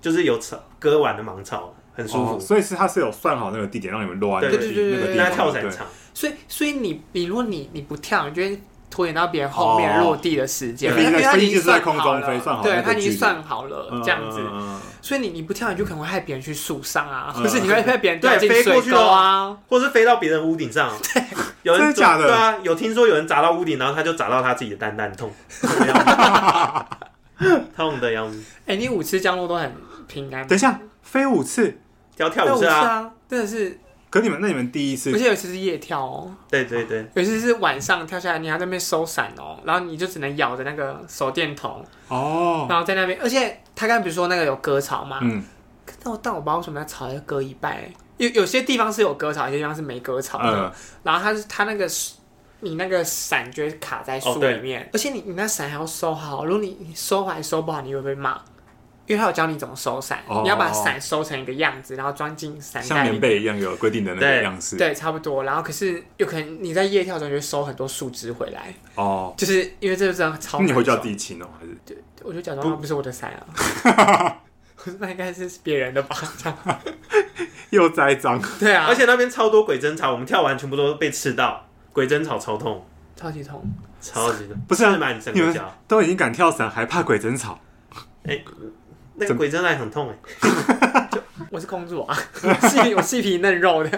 [SPEAKER 2] 就是有草割完的芒草，很舒
[SPEAKER 1] 哦
[SPEAKER 2] 服。
[SPEAKER 1] 所以是他是有算好那个地点让你们落安
[SPEAKER 2] 对
[SPEAKER 1] 那个
[SPEAKER 3] 对
[SPEAKER 1] 地
[SPEAKER 3] 对
[SPEAKER 1] 那个
[SPEAKER 3] 对
[SPEAKER 1] 地
[SPEAKER 2] 那
[SPEAKER 1] 方，
[SPEAKER 2] 跳伞
[SPEAKER 1] 哦对
[SPEAKER 2] 场，
[SPEAKER 3] 所以所以你你如果你你不跳，你就会拖延到别人后面
[SPEAKER 1] 哦
[SPEAKER 3] 落地的时间，
[SPEAKER 1] 因为
[SPEAKER 3] 因为他
[SPEAKER 1] 飞机
[SPEAKER 3] 已经
[SPEAKER 1] 就是在
[SPEAKER 3] 算
[SPEAKER 1] 空
[SPEAKER 3] 好
[SPEAKER 1] 中
[SPEAKER 3] 了
[SPEAKER 1] 飞算好
[SPEAKER 3] 对
[SPEAKER 1] 那个
[SPEAKER 3] 他已
[SPEAKER 1] 距
[SPEAKER 3] 经
[SPEAKER 1] 离
[SPEAKER 3] 算好了
[SPEAKER 1] 嗯
[SPEAKER 3] 这样子，
[SPEAKER 1] 嗯嗯嗯
[SPEAKER 3] 所以你你不跳，你就可能会害别人去树上啊，
[SPEAKER 1] 嗯
[SPEAKER 3] 或是你会被别人
[SPEAKER 2] 对
[SPEAKER 3] 掉进
[SPEAKER 2] 飞过
[SPEAKER 3] 水
[SPEAKER 2] 去
[SPEAKER 3] 沟啊，
[SPEAKER 2] 或是飞到别人屋顶 上。有人
[SPEAKER 1] 真的假的
[SPEAKER 2] 对啊，有听说有人砸到屋顶，然后他就砸到他自己的蛋蛋痛， 痛的样子。
[SPEAKER 3] 哎、你五次降落都很平安，
[SPEAKER 1] 等一下飞五次，
[SPEAKER 2] 要跳
[SPEAKER 3] 跳
[SPEAKER 2] 舞
[SPEAKER 3] 次
[SPEAKER 2] 是啊，
[SPEAKER 3] 啊，真的是，
[SPEAKER 1] 可你们那你们第一次
[SPEAKER 3] 而且有一次是夜跳哦，
[SPEAKER 2] 对对对，
[SPEAKER 3] 有一次是晚上跳下来，你还在那边收伞哦，然后你就只能咬着那个手电筒，
[SPEAKER 1] 哦，
[SPEAKER 3] 然后在那边，而且他刚才比如说那个有割草嘛，
[SPEAKER 1] 嗯
[SPEAKER 3] 但我但我不知道为什么要草要割一半、欸，有有些地方是有割草，有些地方是没割草的。
[SPEAKER 1] 呃，
[SPEAKER 3] 然后它是它那个树你那个伞就会卡在
[SPEAKER 2] 哦
[SPEAKER 3] 树
[SPEAKER 2] 对
[SPEAKER 3] 里面，而且你你那伞还要收好，如果你你收还收不好，你会被骂，因为他有教你怎么收伞，
[SPEAKER 1] 哦
[SPEAKER 3] 你要把伞收成一个样子，然后装进伞
[SPEAKER 1] 呃像
[SPEAKER 3] 袋
[SPEAKER 1] 棉
[SPEAKER 3] 里。
[SPEAKER 1] 被一样有规定的那个
[SPEAKER 2] 对
[SPEAKER 1] 样式，
[SPEAKER 3] 对，差不多。然后可是有可能你在夜跳中就会收很多树枝回来，
[SPEAKER 1] 哦，
[SPEAKER 3] 就是因为这个真的超
[SPEAKER 1] 那你
[SPEAKER 3] 难收。
[SPEAKER 1] 会叫地勤哦，还是
[SPEAKER 3] 我就假装它不是我的伞啊， 我说那应该是别人的吧？这样
[SPEAKER 1] 又栽赃？
[SPEAKER 3] 对啊，
[SPEAKER 2] 而且那边超多鬼针草，我们跳完全部都被刺到，鬼针草超痛，
[SPEAKER 3] 超级痛。
[SPEAKER 2] 超级痛，
[SPEAKER 1] 不是啊
[SPEAKER 2] 刺满整
[SPEAKER 1] 你
[SPEAKER 2] 个
[SPEAKER 1] 们
[SPEAKER 2] 脚。
[SPEAKER 1] 都已经敢跳伞，还怕鬼争吵？
[SPEAKER 2] 那个
[SPEAKER 1] 怎么
[SPEAKER 2] 鬼针还很痛哎、
[SPEAKER 3] 我是公主啊， 细皮我细皮嫩肉的，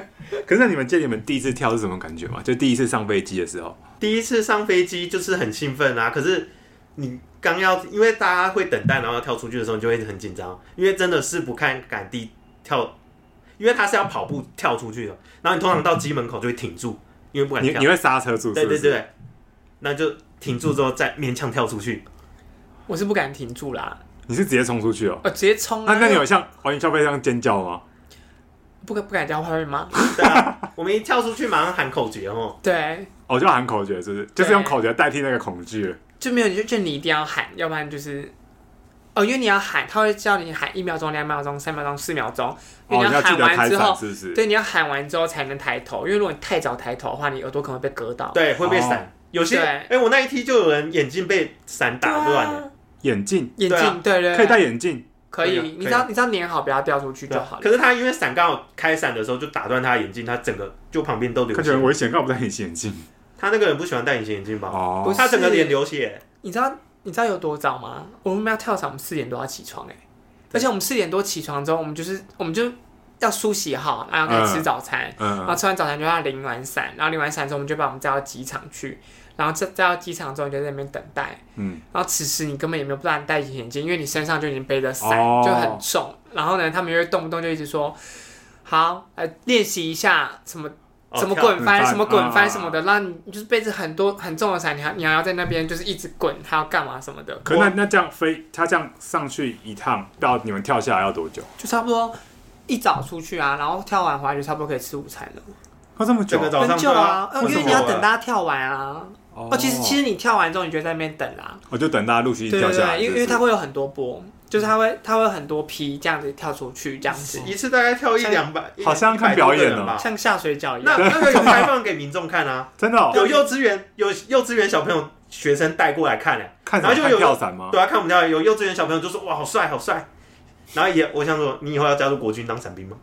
[SPEAKER 1] 可是那你们记得你们第一次跳是什么感觉吗？就第一次上飞机的时候，
[SPEAKER 2] 第一次上飞机就是很兴奋啊，可是你刚要，因为大家会等待，然后要跳出去的时候，你就会很紧张，因为真的是不看敢地跳，因为他是要跑步跳出去的，然后你通常到机门口就会挺住，因为不敢
[SPEAKER 1] 你
[SPEAKER 2] 跳
[SPEAKER 1] 你。会刹车住，
[SPEAKER 2] 对
[SPEAKER 1] 是不
[SPEAKER 2] 对
[SPEAKER 1] 是
[SPEAKER 2] 对，对那就挺住之后再勉强跳出去。
[SPEAKER 3] 我是不敢停住啦，
[SPEAKER 1] 你是直接冲出去哦。
[SPEAKER 3] 我直接冲
[SPEAKER 1] 那
[SPEAKER 3] 啊！
[SPEAKER 1] 那你有像环宇消费这样尖叫吗？
[SPEAKER 3] 不敢不敢叫会被骂？
[SPEAKER 2] 对啊，我们一跳出去马上喊口诀哦，
[SPEAKER 3] 对，
[SPEAKER 1] 哦，就喊口诀，是不是？就是用口诀代替那个恐惧。
[SPEAKER 3] 就没有你就就你一定要喊，要不然就是哦，因为你要喊，他会叫你喊一秒钟、两秒钟、三秒钟、四秒钟，因
[SPEAKER 1] 哦，
[SPEAKER 3] 为
[SPEAKER 1] 你要记
[SPEAKER 3] 喊
[SPEAKER 1] 得开
[SPEAKER 3] 完之
[SPEAKER 1] 伞，
[SPEAKER 3] 后，
[SPEAKER 1] 是不是？
[SPEAKER 3] 对，你要喊完之后才能抬头，因为如果你太早抬头的话，你耳朵可能会被割到。
[SPEAKER 2] 对，会被
[SPEAKER 1] 哦
[SPEAKER 2] 闪。有些
[SPEAKER 3] 对
[SPEAKER 2] 哎、我那一踢就有人眼镜被伞打乱了。
[SPEAKER 3] 啊，
[SPEAKER 1] 眼镜
[SPEAKER 3] 眼
[SPEAKER 2] 对啊
[SPEAKER 3] 镜对对，
[SPEAKER 1] 可以戴
[SPEAKER 3] 对
[SPEAKER 1] 眼镜，
[SPEAKER 3] 可
[SPEAKER 2] 可以啊
[SPEAKER 3] 以，你只
[SPEAKER 2] 可
[SPEAKER 3] 要你只要粘好，不要掉出去
[SPEAKER 2] 对
[SPEAKER 3] 啊
[SPEAKER 1] 啊
[SPEAKER 2] 啊
[SPEAKER 3] 就好了
[SPEAKER 2] 可。是他因为伞刚好开伞的时候就打断他的眼镜，他整个就旁边都流
[SPEAKER 1] 看起来很
[SPEAKER 2] 血。
[SPEAKER 1] 危险，干嘛不戴隐形眼镜？
[SPEAKER 2] 他那个人不喜欢戴隐形眼镜吧？
[SPEAKER 1] 哦
[SPEAKER 3] 不是
[SPEAKER 2] 他整个脸流血，
[SPEAKER 3] 你知道你知道有多早吗？我们要跳伞，我们四点多要起床哎、而且我们四点多起床之后，我们就是我们就要梳洗好，然后开始吃早餐，然后
[SPEAKER 1] 嗯，
[SPEAKER 3] 吃完早餐就要淋完伞，然后淋完伞之后，我们就把我们载到机场去，然后再载到机场之后，你就在那边等待，
[SPEAKER 1] 嗯，
[SPEAKER 3] 然后此时你根本也没有办法戴隐形眼镜，因为你身上就已经背着伞，
[SPEAKER 1] 哦
[SPEAKER 3] 就很重，然后呢，他们又会动不动就一直说。好，来练习一下什么
[SPEAKER 2] 哦
[SPEAKER 3] 什么
[SPEAKER 2] 跳
[SPEAKER 3] 滚翻，
[SPEAKER 1] 跳
[SPEAKER 3] 什么滚翻
[SPEAKER 1] 啊
[SPEAKER 3] 什么的，让你就是背着很多很重的伞，你还你还要在那边就是一直滚，还要干嘛什么的，
[SPEAKER 1] 可那那这样飞，他这样上去一趟，到你们跳下来要多久？
[SPEAKER 3] 就差不多一早出去啊，然后跳完回来就差不多可以吃午餐了，
[SPEAKER 1] 哦要这么久
[SPEAKER 2] 整个？早上
[SPEAKER 3] 很久啊，
[SPEAKER 2] 对
[SPEAKER 3] 呃
[SPEAKER 1] 为
[SPEAKER 3] 因
[SPEAKER 1] 什么
[SPEAKER 3] 为你要等大家跳完啊。
[SPEAKER 1] 哦
[SPEAKER 3] 哦，其实其实你跳完之后，你就在那边等啦。
[SPEAKER 1] 我就等大家陆续
[SPEAKER 3] 对
[SPEAKER 1] 掉
[SPEAKER 3] 对
[SPEAKER 1] 下来，
[SPEAKER 3] 对，因
[SPEAKER 1] 是
[SPEAKER 3] 为因
[SPEAKER 1] 不
[SPEAKER 3] 为
[SPEAKER 1] 是
[SPEAKER 3] 它会有很多波，就是它会它会有很多批这样子跳出去，这样子
[SPEAKER 2] 一次大概跳一两百，
[SPEAKER 1] 好像看表演哦
[SPEAKER 2] 了吧？
[SPEAKER 3] 像下水饺一
[SPEAKER 2] 啊那
[SPEAKER 3] 样。
[SPEAKER 2] 那个有开放给民众看啊，
[SPEAKER 1] 真 的哦
[SPEAKER 2] 有幼稚园有幼稚园小朋友学生带过来看嘞，
[SPEAKER 1] 看什
[SPEAKER 2] 然
[SPEAKER 1] 么
[SPEAKER 2] 后就有
[SPEAKER 1] 看跳伞吗？
[SPEAKER 2] 对啊，看我们家有幼稚园小朋友就说哇好帅好帅，然后也我想说你以后要加入国军当伞兵吗？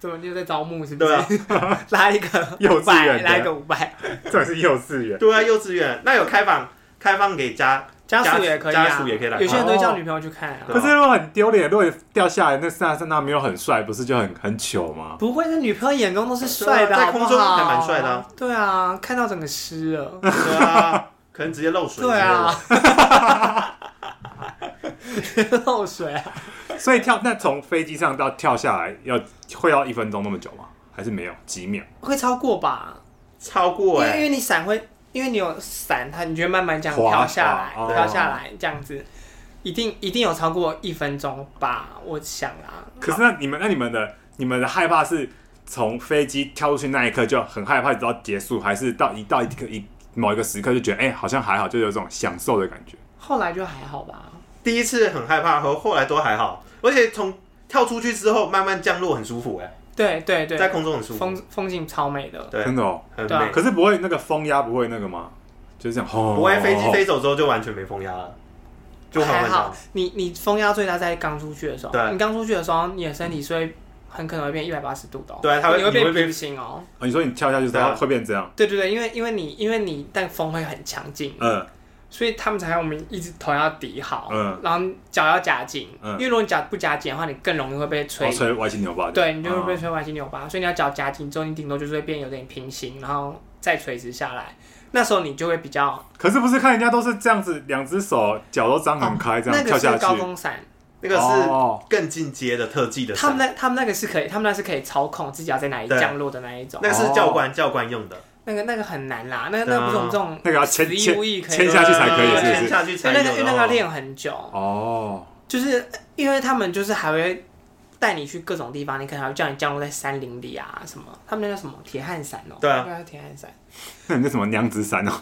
[SPEAKER 3] 怎么你又在招募是不
[SPEAKER 2] 对啊
[SPEAKER 3] 是？ 拉一个
[SPEAKER 1] 幼
[SPEAKER 3] 五
[SPEAKER 1] 稚
[SPEAKER 3] 百，
[SPEAKER 1] 园的
[SPEAKER 3] 拉一个五百，
[SPEAKER 1] 这是幼稚园，
[SPEAKER 2] 对啊，幼稚园那有开放开放给家
[SPEAKER 3] 家属也可以啊，
[SPEAKER 2] 家属也可以来
[SPEAKER 3] 有些人都会叫
[SPEAKER 1] 哦
[SPEAKER 3] 女朋友去看啊
[SPEAKER 2] 对。
[SPEAKER 1] 可是如果很丢脸，如果掉下来，那三三那没有很帅，不是就很很糗吗？
[SPEAKER 3] 不会，那女朋友眼中都是帅的，
[SPEAKER 2] 对啊在
[SPEAKER 3] 好不好
[SPEAKER 2] 空中还蛮帅的啊。
[SPEAKER 3] 对啊，看到整个湿了。
[SPEAKER 2] 对 啊，可能直接漏水之类
[SPEAKER 3] 对
[SPEAKER 2] 的。
[SPEAKER 3] 啊， 漏水啊。
[SPEAKER 1] 所以跳那从飞机上到跳下来要会要一分钟那么久吗？还是没有几秒？
[SPEAKER 3] 会超过吧？
[SPEAKER 2] 超
[SPEAKER 3] 因
[SPEAKER 2] 过哎、
[SPEAKER 3] 为因为你伞会因为你有伞，它你就会慢慢这样
[SPEAKER 1] 滑
[SPEAKER 3] 飘下来，
[SPEAKER 1] 滑哦
[SPEAKER 2] 啊
[SPEAKER 3] 飘下来这样子，一定一定有超过一分钟吧，我想啊。
[SPEAKER 1] 可是那你们那你们的你们的害怕是从飞机跳出去那一刻就很害怕，直到结束，还是到一到一个一某一个时刻就觉得哎、好像还好，就有一种享受的感觉？
[SPEAKER 3] 后来就还好吧，
[SPEAKER 2] 第一次很害怕，和后来都还好，而且从跳出去之后慢慢降落很舒服哎、
[SPEAKER 3] 对对对，
[SPEAKER 2] 在空中很舒服，
[SPEAKER 3] 风风景超美的，
[SPEAKER 2] 对，
[SPEAKER 1] 真的哦。
[SPEAKER 2] 很
[SPEAKER 3] 对啊
[SPEAKER 2] 美。
[SPEAKER 1] 可是不会那个风压不会那个吗？就是这样，轰
[SPEAKER 2] 不会飞机。
[SPEAKER 1] 轰
[SPEAKER 2] 飞走之后就完全没风压了，就缓
[SPEAKER 3] 还
[SPEAKER 2] 缓降
[SPEAKER 3] 好。。你你风压最大在刚出去的时候，
[SPEAKER 2] 对
[SPEAKER 3] 你刚出去的时候，你的身体是会很可能会变一百八十度的、哦，
[SPEAKER 2] 对它会
[SPEAKER 3] 你会
[SPEAKER 2] 你会
[SPEAKER 3] 变
[SPEAKER 2] 变
[SPEAKER 3] 平行哦。
[SPEAKER 1] 哦你说你跳下去之
[SPEAKER 2] 对
[SPEAKER 1] 后
[SPEAKER 2] 啊
[SPEAKER 1] 会变这样？
[SPEAKER 3] 对对对，因为因为你因为你但风会很强劲，
[SPEAKER 1] 嗯，
[SPEAKER 3] 所以他们才让我们一直头要抵好，
[SPEAKER 1] 嗯
[SPEAKER 3] 然后脚要夹紧，
[SPEAKER 1] 嗯
[SPEAKER 3] 因为如果你脚不夹紧的话，你更容易会
[SPEAKER 2] 哦
[SPEAKER 3] 被吹，
[SPEAKER 1] 我吹歪七扭八的。
[SPEAKER 3] 对，你就会被
[SPEAKER 1] 哦
[SPEAKER 3] 吹歪七扭
[SPEAKER 2] 嗯
[SPEAKER 3] 八，所以你要脚夹紧之后，你顶多就是会变有点平行，然后再垂直下来，那时候你就会比较
[SPEAKER 1] 可是不是看人家都是这样子，两只手脚都张很开，这
[SPEAKER 3] 那
[SPEAKER 1] 样跳
[SPEAKER 3] 个
[SPEAKER 1] 下
[SPEAKER 3] 是
[SPEAKER 1] 去。
[SPEAKER 3] 高空伞，
[SPEAKER 2] 那个
[SPEAKER 1] 哦
[SPEAKER 2] 是更进阶的特技的
[SPEAKER 3] 他们
[SPEAKER 2] 伞，
[SPEAKER 3] 那他们那个是可以，他们那是可以操控自己要在哪里
[SPEAKER 2] 对
[SPEAKER 3] 降落的那一种，
[SPEAKER 2] 那个是教官教官用的，
[SPEAKER 3] 那个那个很难啦，那个
[SPEAKER 2] 对
[SPEAKER 3] 那
[SPEAKER 2] 啊
[SPEAKER 3] 个不是我们这种
[SPEAKER 1] 那个要牵
[SPEAKER 3] 死
[SPEAKER 1] 牵
[SPEAKER 3] 意无意可以
[SPEAKER 1] 牵下去才可以
[SPEAKER 2] 对
[SPEAKER 1] 是不是
[SPEAKER 2] 牵下去
[SPEAKER 3] 对
[SPEAKER 2] 才
[SPEAKER 3] 那
[SPEAKER 2] 有
[SPEAKER 3] 个因为
[SPEAKER 2] 的
[SPEAKER 3] 那个要
[SPEAKER 2] 哦。
[SPEAKER 3] 练很久，
[SPEAKER 1] 哦，
[SPEAKER 3] 就是因为他们就是还会带你去各种地方，你可能还会叫你降落在山林里啊什么，他们那叫什么铁汉伞哦，
[SPEAKER 2] 对啊
[SPEAKER 3] 那叫铁汉伞。
[SPEAKER 1] 那你那什么娘子伞哦？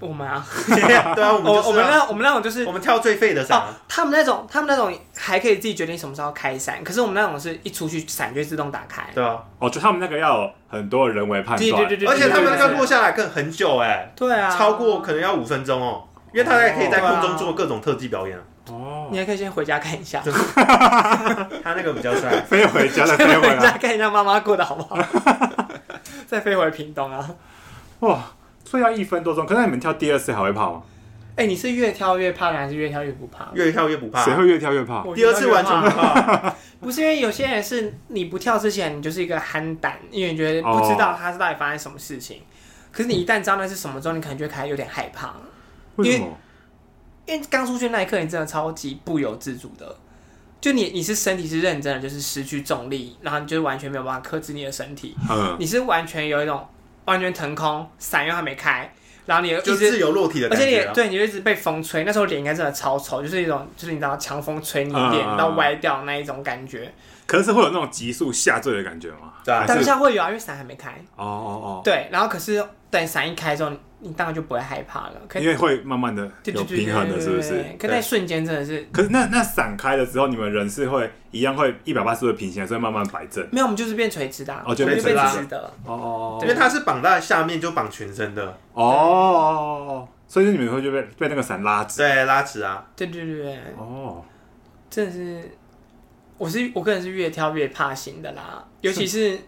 [SPEAKER 3] 我们啊，
[SPEAKER 2] 对啊，我
[SPEAKER 3] 我
[SPEAKER 2] 们就是啊
[SPEAKER 3] 我们那我们那种就是
[SPEAKER 2] 我们跳最废的伞
[SPEAKER 3] 哦
[SPEAKER 2] 啊，，
[SPEAKER 3] 他们那种他们那种还可以自己决定什么时候开伞，可是我们那种是一出去伞就会自动打开。
[SPEAKER 2] 对啊，
[SPEAKER 1] 哦，就他们那个要有很多人为判断。
[SPEAKER 3] 对对对对，
[SPEAKER 2] 而且他们那个
[SPEAKER 3] 对
[SPEAKER 2] 落下来更很久哎，
[SPEAKER 3] 对啊，
[SPEAKER 2] 超过可能要五分钟哦，因为他还可以在空中做各种特技表演啊，
[SPEAKER 1] 哦，
[SPEAKER 3] 你还可以先回家看一下，
[SPEAKER 2] 他那个比较帅。
[SPEAKER 1] 飞回家了，
[SPEAKER 3] 先
[SPEAKER 1] 飞回
[SPEAKER 3] 回
[SPEAKER 1] 来。
[SPEAKER 3] 家看一下妈妈过得好不 好，再飞回屏东啊。
[SPEAKER 1] 哇，所以要一分多钟。可是那你们跳第二次还会怕吗？
[SPEAKER 3] 哎，你是越跳越怕呢，还是越跳越不怕？
[SPEAKER 2] 越跳越啊不怕，
[SPEAKER 1] 谁会越跳越怕？
[SPEAKER 3] 我
[SPEAKER 2] 第二次完全 不
[SPEAKER 3] 啊
[SPEAKER 2] 怕，
[SPEAKER 3] 不是因为有些人是你不跳之前，你就是一个憨胆，因为你觉得不知
[SPEAKER 2] 哦
[SPEAKER 3] 道他是到底发生什么事情。可是你一旦知道那是什么之后，你可能就会开始有点害怕，
[SPEAKER 1] 为什么？
[SPEAKER 3] 因为刚出去那一刻，你真的超级不由自主的，就你你是身体是认真的，就是失去重力，然后你就是完全没有办法克制你的身体，
[SPEAKER 1] 嗯，
[SPEAKER 3] 你是完全有一种完全腾空，伞又还没开，然后你又
[SPEAKER 2] 就
[SPEAKER 3] 一直
[SPEAKER 2] 自由落体的
[SPEAKER 3] 而
[SPEAKER 2] 感
[SPEAKER 3] 且你
[SPEAKER 2] 觉
[SPEAKER 3] 也
[SPEAKER 2] 啊。
[SPEAKER 1] 嗯
[SPEAKER 3] 对，你就一直被风吹，那时候脸应该真的超丑，就是一种就是你知道强风吹你
[SPEAKER 1] 嗯
[SPEAKER 3] 脸
[SPEAKER 1] 嗯嗯
[SPEAKER 3] 到歪掉那一种感觉，
[SPEAKER 1] 可是会有那种急速下坠的感觉吗？
[SPEAKER 2] 对啊
[SPEAKER 1] 还
[SPEAKER 3] 当
[SPEAKER 1] 是
[SPEAKER 3] 下会有啊，因为伞还没开。
[SPEAKER 1] 哦哦
[SPEAKER 3] 对，然后可是等伞一开之后，你你当然就不会害怕了，可
[SPEAKER 1] 哦，因为会慢慢的
[SPEAKER 3] 对
[SPEAKER 1] 有
[SPEAKER 3] 对对对
[SPEAKER 1] 平衡的，是不是？？
[SPEAKER 3] 可那一瞬间真的是
[SPEAKER 1] 可是那那散开了之后，你们人是会一样会一百八十度的平行，所以慢慢摆正。
[SPEAKER 3] 没有，我们就是变垂直的啊，
[SPEAKER 1] 哦就
[SPEAKER 3] 我们
[SPEAKER 2] 变垂直
[SPEAKER 3] 变
[SPEAKER 2] 的
[SPEAKER 3] 垂直的。
[SPEAKER 1] 哦哦
[SPEAKER 2] 因为它是绑在下面就绑全身的，
[SPEAKER 1] 哦哦，所以你们会就被被那个伞拉直。
[SPEAKER 2] 对，拉直啊，
[SPEAKER 3] 对对对对，
[SPEAKER 1] 哦，
[SPEAKER 3] 真的是，我是我个人是越跳越怕型的啦，尤其是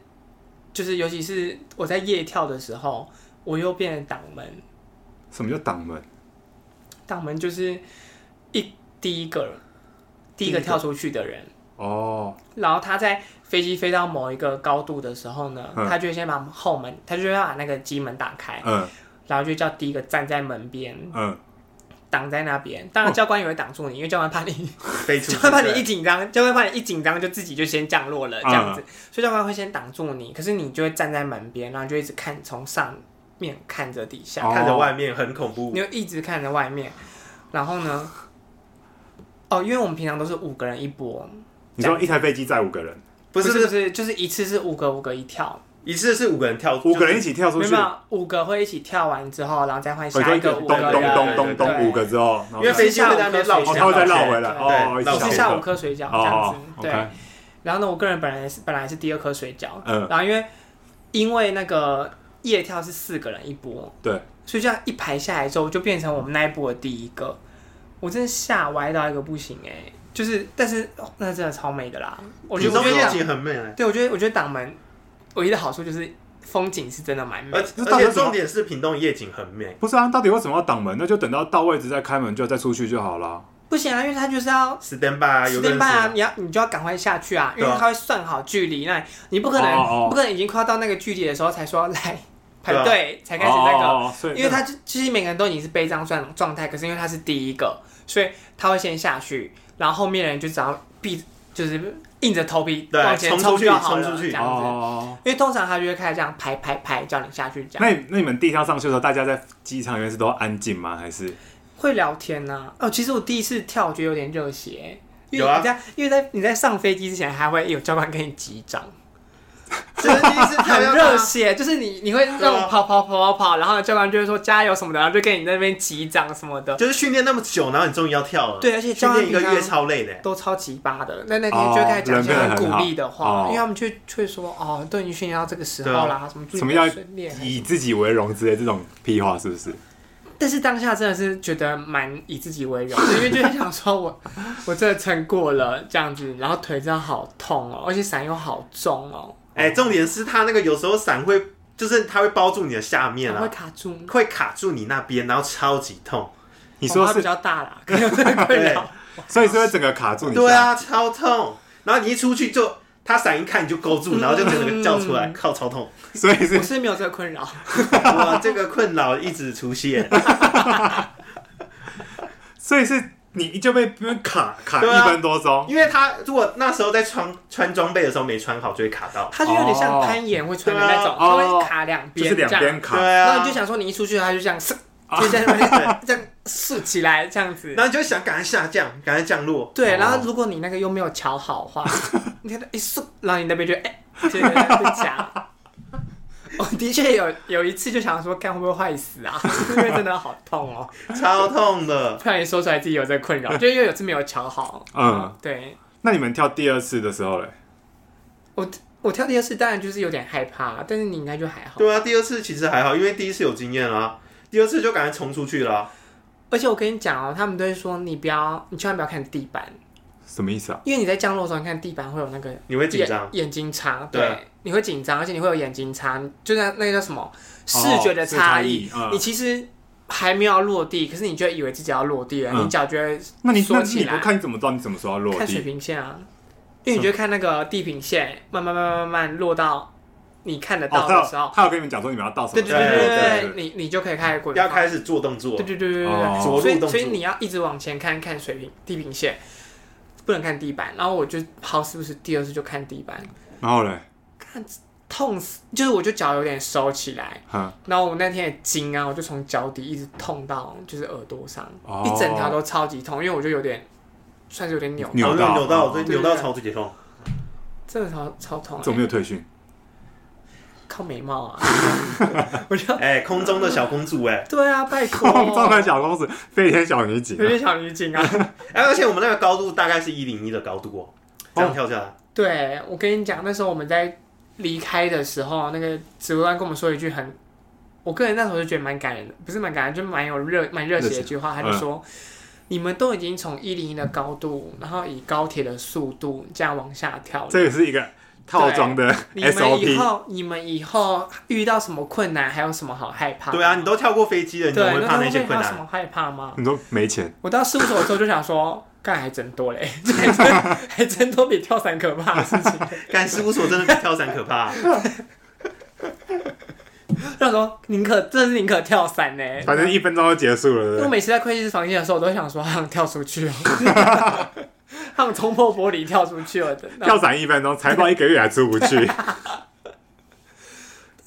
[SPEAKER 3] 就是尤其是我在夜跳的时候，我又变成挡门，
[SPEAKER 1] 什么叫挡门？
[SPEAKER 3] 挡门就是一第一个第一
[SPEAKER 2] 第
[SPEAKER 3] 个
[SPEAKER 2] 一个
[SPEAKER 3] 跳出去的人。
[SPEAKER 1] 哦，
[SPEAKER 3] 然后他在飞机飞到某一个高度的时候呢，
[SPEAKER 1] 嗯
[SPEAKER 3] 他就会先把后门，他就会把那个机门打开，
[SPEAKER 1] 嗯
[SPEAKER 3] 然后就叫第一个站在门边
[SPEAKER 1] 嗯，
[SPEAKER 3] 挡在那边。当然教官也会挡住你，因为教官怕 你，
[SPEAKER 2] 飞出
[SPEAKER 3] 教
[SPEAKER 2] 去。
[SPEAKER 3] 官怕你一紧张，教官怕你一紧张就自己就先降落了这样子，所以教官会先挡住你，可是你就会站在门边，然后就一直看从上面看着底下，
[SPEAKER 1] 哦
[SPEAKER 2] 看着外面很恐怖
[SPEAKER 3] 你，就一直看着外面，然后呢？哦，因为我们平常都是五个人一波，
[SPEAKER 1] 你说一台飞机载五个人，
[SPEAKER 2] 不是
[SPEAKER 3] 是
[SPEAKER 2] 不
[SPEAKER 3] 不
[SPEAKER 2] 是，
[SPEAKER 3] 是，就是一次是五个五个一跳，
[SPEAKER 2] 一次是五个人跳，
[SPEAKER 1] 五个人一
[SPEAKER 2] 起，
[SPEAKER 1] 起跳出
[SPEAKER 3] 没
[SPEAKER 1] 去
[SPEAKER 3] 有没，有，五个会一起跳完之后，然后再换
[SPEAKER 1] 我
[SPEAKER 3] 下
[SPEAKER 1] 哦说
[SPEAKER 3] 一
[SPEAKER 1] 一个
[SPEAKER 3] 个五
[SPEAKER 1] 咚
[SPEAKER 3] 个
[SPEAKER 1] 咚
[SPEAKER 3] 人。
[SPEAKER 1] 咚咚
[SPEAKER 3] 对
[SPEAKER 1] 咚五个之后，然后
[SPEAKER 2] 因为飞机会在那边绕
[SPEAKER 1] 哦，
[SPEAKER 2] 圈，
[SPEAKER 1] 它会再绕回来，
[SPEAKER 3] 对
[SPEAKER 1] 哦，
[SPEAKER 2] 对
[SPEAKER 1] 一
[SPEAKER 3] 只
[SPEAKER 1] 起下
[SPEAKER 3] 是下
[SPEAKER 1] 来
[SPEAKER 3] 五颗水饺
[SPEAKER 1] 哦
[SPEAKER 3] 啊这样
[SPEAKER 1] 哦
[SPEAKER 3] 子，
[SPEAKER 1] ，OK，
[SPEAKER 3] 对。然后呢，我个人本来是本来是第二颗水饺，
[SPEAKER 1] 嗯
[SPEAKER 3] 然后因为因为那个夜跳是四个人一波，
[SPEAKER 1] 对，
[SPEAKER 3] 所以这样一排下来之后，就变成我们那一波的第一个。我真的吓歪到一个不行哎、就是但是、哦那真的超美的啦，我觉
[SPEAKER 2] 屏
[SPEAKER 3] 得我
[SPEAKER 2] 东
[SPEAKER 3] 觉得
[SPEAKER 2] 夜
[SPEAKER 3] 挡
[SPEAKER 2] 景很美，而
[SPEAKER 3] 对我觉得我觉得挡门唯一的好处就是风景是真的蛮美
[SPEAKER 2] 而
[SPEAKER 3] 的，
[SPEAKER 2] 且重点是屏东夜景很美，
[SPEAKER 1] 不是啊，到底为什么要挡门？那就等到到位置再开门，就再出去就好了。
[SPEAKER 3] 不行啊，因为它就是要
[SPEAKER 2] stand by 啊，
[SPEAKER 3] 十
[SPEAKER 2] 有个
[SPEAKER 3] 点
[SPEAKER 2] 人
[SPEAKER 3] 半啊，
[SPEAKER 2] 死
[SPEAKER 3] 你要你就要赶快下去啊，因
[SPEAKER 2] 对
[SPEAKER 3] 为
[SPEAKER 2] 啊
[SPEAKER 3] 他会算好距离，那你不可能、
[SPEAKER 1] 哦哦哦
[SPEAKER 3] 不可能已经快到那个距离的时候才说 来
[SPEAKER 2] 对
[SPEAKER 3] 排
[SPEAKER 2] 啊
[SPEAKER 3] 队、才开始那个，
[SPEAKER 1] 哦，所以
[SPEAKER 3] 因为他就其实每个人都已经是背账状状态，可是因为他是第一个，所以他会先下去，然后后面的人就只要闭就是硬着头皮
[SPEAKER 2] 对
[SPEAKER 3] 往前
[SPEAKER 2] 冲出去
[SPEAKER 3] 就好
[SPEAKER 2] 冲
[SPEAKER 3] 了，
[SPEAKER 2] 出去
[SPEAKER 3] 这样子。
[SPEAKER 1] 哦，
[SPEAKER 3] 因为通常他就会开始这样拍拍拍，叫你下去这样。
[SPEAKER 1] 那你那你们第一趟上去的时候，大家在机场里面是都安静吗？还是
[SPEAKER 3] 会聊天呐、哦，其实我第一次跳，我觉得有点热血，因
[SPEAKER 2] 有
[SPEAKER 3] 为
[SPEAKER 2] 啊
[SPEAKER 3] 你在、因为在你在上飞机之前，还会有教官给你击掌，
[SPEAKER 2] 这是第一次跳
[SPEAKER 3] 啊 很
[SPEAKER 2] 要
[SPEAKER 3] 热
[SPEAKER 2] 打，
[SPEAKER 3] 血，就是你你会那
[SPEAKER 2] 对啊
[SPEAKER 3] 种跑跑跑跑跑，然后教官就会说加油什么的，然后就跟你在那边击掌什么的，
[SPEAKER 2] 就是训练那么久，然后你终于要跳了。
[SPEAKER 3] 对而且
[SPEAKER 2] 训
[SPEAKER 3] 教
[SPEAKER 2] 练
[SPEAKER 3] 练
[SPEAKER 2] 一个
[SPEAKER 3] 平常
[SPEAKER 2] 月超累的。
[SPEAKER 3] 都超级巴的。那那天就会开始讲一些
[SPEAKER 1] 哦人
[SPEAKER 3] 很
[SPEAKER 1] 变得很
[SPEAKER 3] 鼓
[SPEAKER 1] 好
[SPEAKER 3] 励的话，
[SPEAKER 1] 哦
[SPEAKER 3] 因为他们就就会说哦，都已经训练到这个时候啦，啊什么注意
[SPEAKER 1] 什么要
[SPEAKER 3] 训练。
[SPEAKER 1] 以自己为荣之类这种屁话，是不是？
[SPEAKER 3] 但是当下真的是觉得蛮以自己为荣 的，因为就是想说我我真的撑过了这样子，然后腿真的好痛哦，而且伞又好重哦，
[SPEAKER 2] 哎，重点是它那个有时候伞会，就是它会包住你的下面
[SPEAKER 3] 然后会
[SPEAKER 2] 啊，
[SPEAKER 3] 卡住。
[SPEAKER 2] 会卡住你那边，然后超级痛。
[SPEAKER 1] 你说
[SPEAKER 3] 哦它
[SPEAKER 1] 是
[SPEAKER 3] 比，较大啦， 可能有这个困扰。
[SPEAKER 1] 所以是会整个卡住你？
[SPEAKER 2] 对，啊，超痛。然后你一出去就，它伞一看你就勾
[SPEAKER 3] 嗯
[SPEAKER 2] 住，然后就整个叫出来，靠，超痛。
[SPEAKER 1] 所以
[SPEAKER 3] 我
[SPEAKER 1] 是
[SPEAKER 3] 是没有这个困扰，
[SPEAKER 2] 哇，这个困扰一直出现。
[SPEAKER 1] 所以是你就被被卡卡
[SPEAKER 2] 对啊
[SPEAKER 1] 一分多钟，
[SPEAKER 2] 因为他如果那时候在穿穿装备的时候没穿好，就会卡到。
[SPEAKER 3] 它就有点像攀岩会穿的那种，
[SPEAKER 1] 哦对啊
[SPEAKER 3] 它会卡两
[SPEAKER 1] 就
[SPEAKER 3] 边
[SPEAKER 1] 是
[SPEAKER 3] 这
[SPEAKER 1] 两边
[SPEAKER 3] 样。
[SPEAKER 1] 卡。
[SPEAKER 2] 对
[SPEAKER 3] 然后
[SPEAKER 2] 啊，
[SPEAKER 3] 你就想说，你一出去它就这样，嗖就 这样这样竖起来这样子
[SPEAKER 2] 然。后你就想赶快下降，赶快降落。
[SPEAKER 3] 对，
[SPEAKER 1] 哦
[SPEAKER 3] 然后如果你那个又没有瞧好 的话，你看它一竖，然后你那边就哎，这个被夹。 我的确有有一次就想说，看会不会坏死啊？ 因为真的好痛哦，
[SPEAKER 2] 超痛的。
[SPEAKER 3] 不然你说出来自己有这个困扰，就因为有次没有瞧好。
[SPEAKER 1] 嗯，
[SPEAKER 3] 对
[SPEAKER 1] 那你们跳第二次的时候嘞？
[SPEAKER 3] 我跳第二次，当然就是有点害怕，但是你应该就还好。
[SPEAKER 2] 对啊，第二次其实还好，因为第一次有经验啦，第二次就赶快冲出去了啊。
[SPEAKER 3] 而且我跟你讲哦，他们都会说你不要，你千万不要看地板，
[SPEAKER 1] 什么意思啊？
[SPEAKER 3] 因为你在降落的时候，你看地板会有那个
[SPEAKER 2] 你会紧
[SPEAKER 3] 眼
[SPEAKER 2] 张，
[SPEAKER 3] 眼睛差，
[SPEAKER 2] 对
[SPEAKER 3] 对，你会紧张，而且你会有眼睛差，就像那个叫什么视觉的
[SPEAKER 1] 哦视
[SPEAKER 3] 差异
[SPEAKER 1] 异。，嗯
[SPEAKER 3] 你其实还没有要落地，可是你就以为自己要落地了，
[SPEAKER 1] 嗯
[SPEAKER 3] 你脚就会
[SPEAKER 1] 那你那
[SPEAKER 3] 缩
[SPEAKER 1] 你
[SPEAKER 3] 起
[SPEAKER 1] 不
[SPEAKER 3] 来。
[SPEAKER 1] 看你怎么知道你什么时候要落
[SPEAKER 3] 看水
[SPEAKER 1] 地？
[SPEAKER 3] 平线啊，因为你就会看那个地平线，慢慢慢慢慢慢落到你看得
[SPEAKER 1] 哦
[SPEAKER 3] 到，
[SPEAKER 1] 他
[SPEAKER 3] 的时
[SPEAKER 1] 有
[SPEAKER 3] 候，
[SPEAKER 1] 他有跟你们讲说你们要到什么
[SPEAKER 3] 对
[SPEAKER 1] 时
[SPEAKER 3] 对
[SPEAKER 1] 候？
[SPEAKER 2] 对
[SPEAKER 3] 对
[SPEAKER 2] 对
[SPEAKER 3] 对，你你就可以开始滚
[SPEAKER 2] 要
[SPEAKER 3] 动。
[SPEAKER 2] 开始做动作
[SPEAKER 3] 对，对对对对对
[SPEAKER 1] 哦。
[SPEAKER 2] 着
[SPEAKER 3] 所
[SPEAKER 2] 陆
[SPEAKER 3] 以
[SPEAKER 2] 动
[SPEAKER 3] 所以
[SPEAKER 2] 作。
[SPEAKER 3] 你要一直往前看，看水平地平线，不能看地板。然后我就好死不死第二次就看地板，
[SPEAKER 1] 然后嘞，
[SPEAKER 3] 痛死，就是我就脚有点收起来，
[SPEAKER 1] 嗯，
[SPEAKER 3] 然后我那天也筋啊，我就从脚底一直痛到就是耳朵上，
[SPEAKER 1] 哦
[SPEAKER 3] 一整条都超级痛，因为我就有点算是有点扭，
[SPEAKER 1] 扭
[SPEAKER 2] 哦
[SPEAKER 1] 到
[SPEAKER 2] 扭到，对，
[SPEAKER 3] 对对
[SPEAKER 2] 扭到超级痛。
[SPEAKER 3] 真的超超痛、
[SPEAKER 1] 怎么
[SPEAKER 3] 欸，
[SPEAKER 1] 没有退训？
[SPEAKER 3] 靠眉毛啊，我就
[SPEAKER 2] 哎，空中的小公主哎，
[SPEAKER 3] 对啊，拜托，
[SPEAKER 1] 空中的小公主，飞天小女警
[SPEAKER 3] 有，点小女警啊。
[SPEAKER 2] 哎，而且我们那个高度大概是一零一的高度哦，这样跳下来。
[SPEAKER 3] 对，我跟你讲，那时候我们在离开的时候，那个指挥官跟我们说一句很，我个人那时候就觉得蛮感人的，不是蛮感人，就蛮有热蛮热血的一句话，他就说。
[SPEAKER 2] 嗯
[SPEAKER 3] 你们都已经从一零一的高度，然后以高铁的速度这样往下跳了。
[SPEAKER 1] 这也是一个套装的
[SPEAKER 3] 你们以
[SPEAKER 1] SOP。
[SPEAKER 3] 后，你们以后遇到什么困难，还有什么好害怕？
[SPEAKER 2] 对啊，你都跳过飞机了，你怎
[SPEAKER 3] 对，
[SPEAKER 2] 么会怕
[SPEAKER 3] 那
[SPEAKER 2] 那些
[SPEAKER 3] 会
[SPEAKER 2] 困
[SPEAKER 3] 怕什
[SPEAKER 2] 难？
[SPEAKER 3] 么害怕吗？
[SPEAKER 1] 你说没钱，
[SPEAKER 3] 我到事务所之后就想说，干还真多嘞， 还真还真多比跳伞可怕的事情。
[SPEAKER 2] 干事务所真的比跳伞可怕。
[SPEAKER 3] 那时候宁可真的是宁可跳伞呢。
[SPEAKER 1] 反正一分钟就结束了。对不
[SPEAKER 3] 因为我
[SPEAKER 1] 对
[SPEAKER 3] 每次在会计师房间的时候，我都会想说，他想跳出去哦，他想冲破玻璃跳出去哦了的。
[SPEAKER 1] 跳伞一分钟，财报一个月还出不 去。哎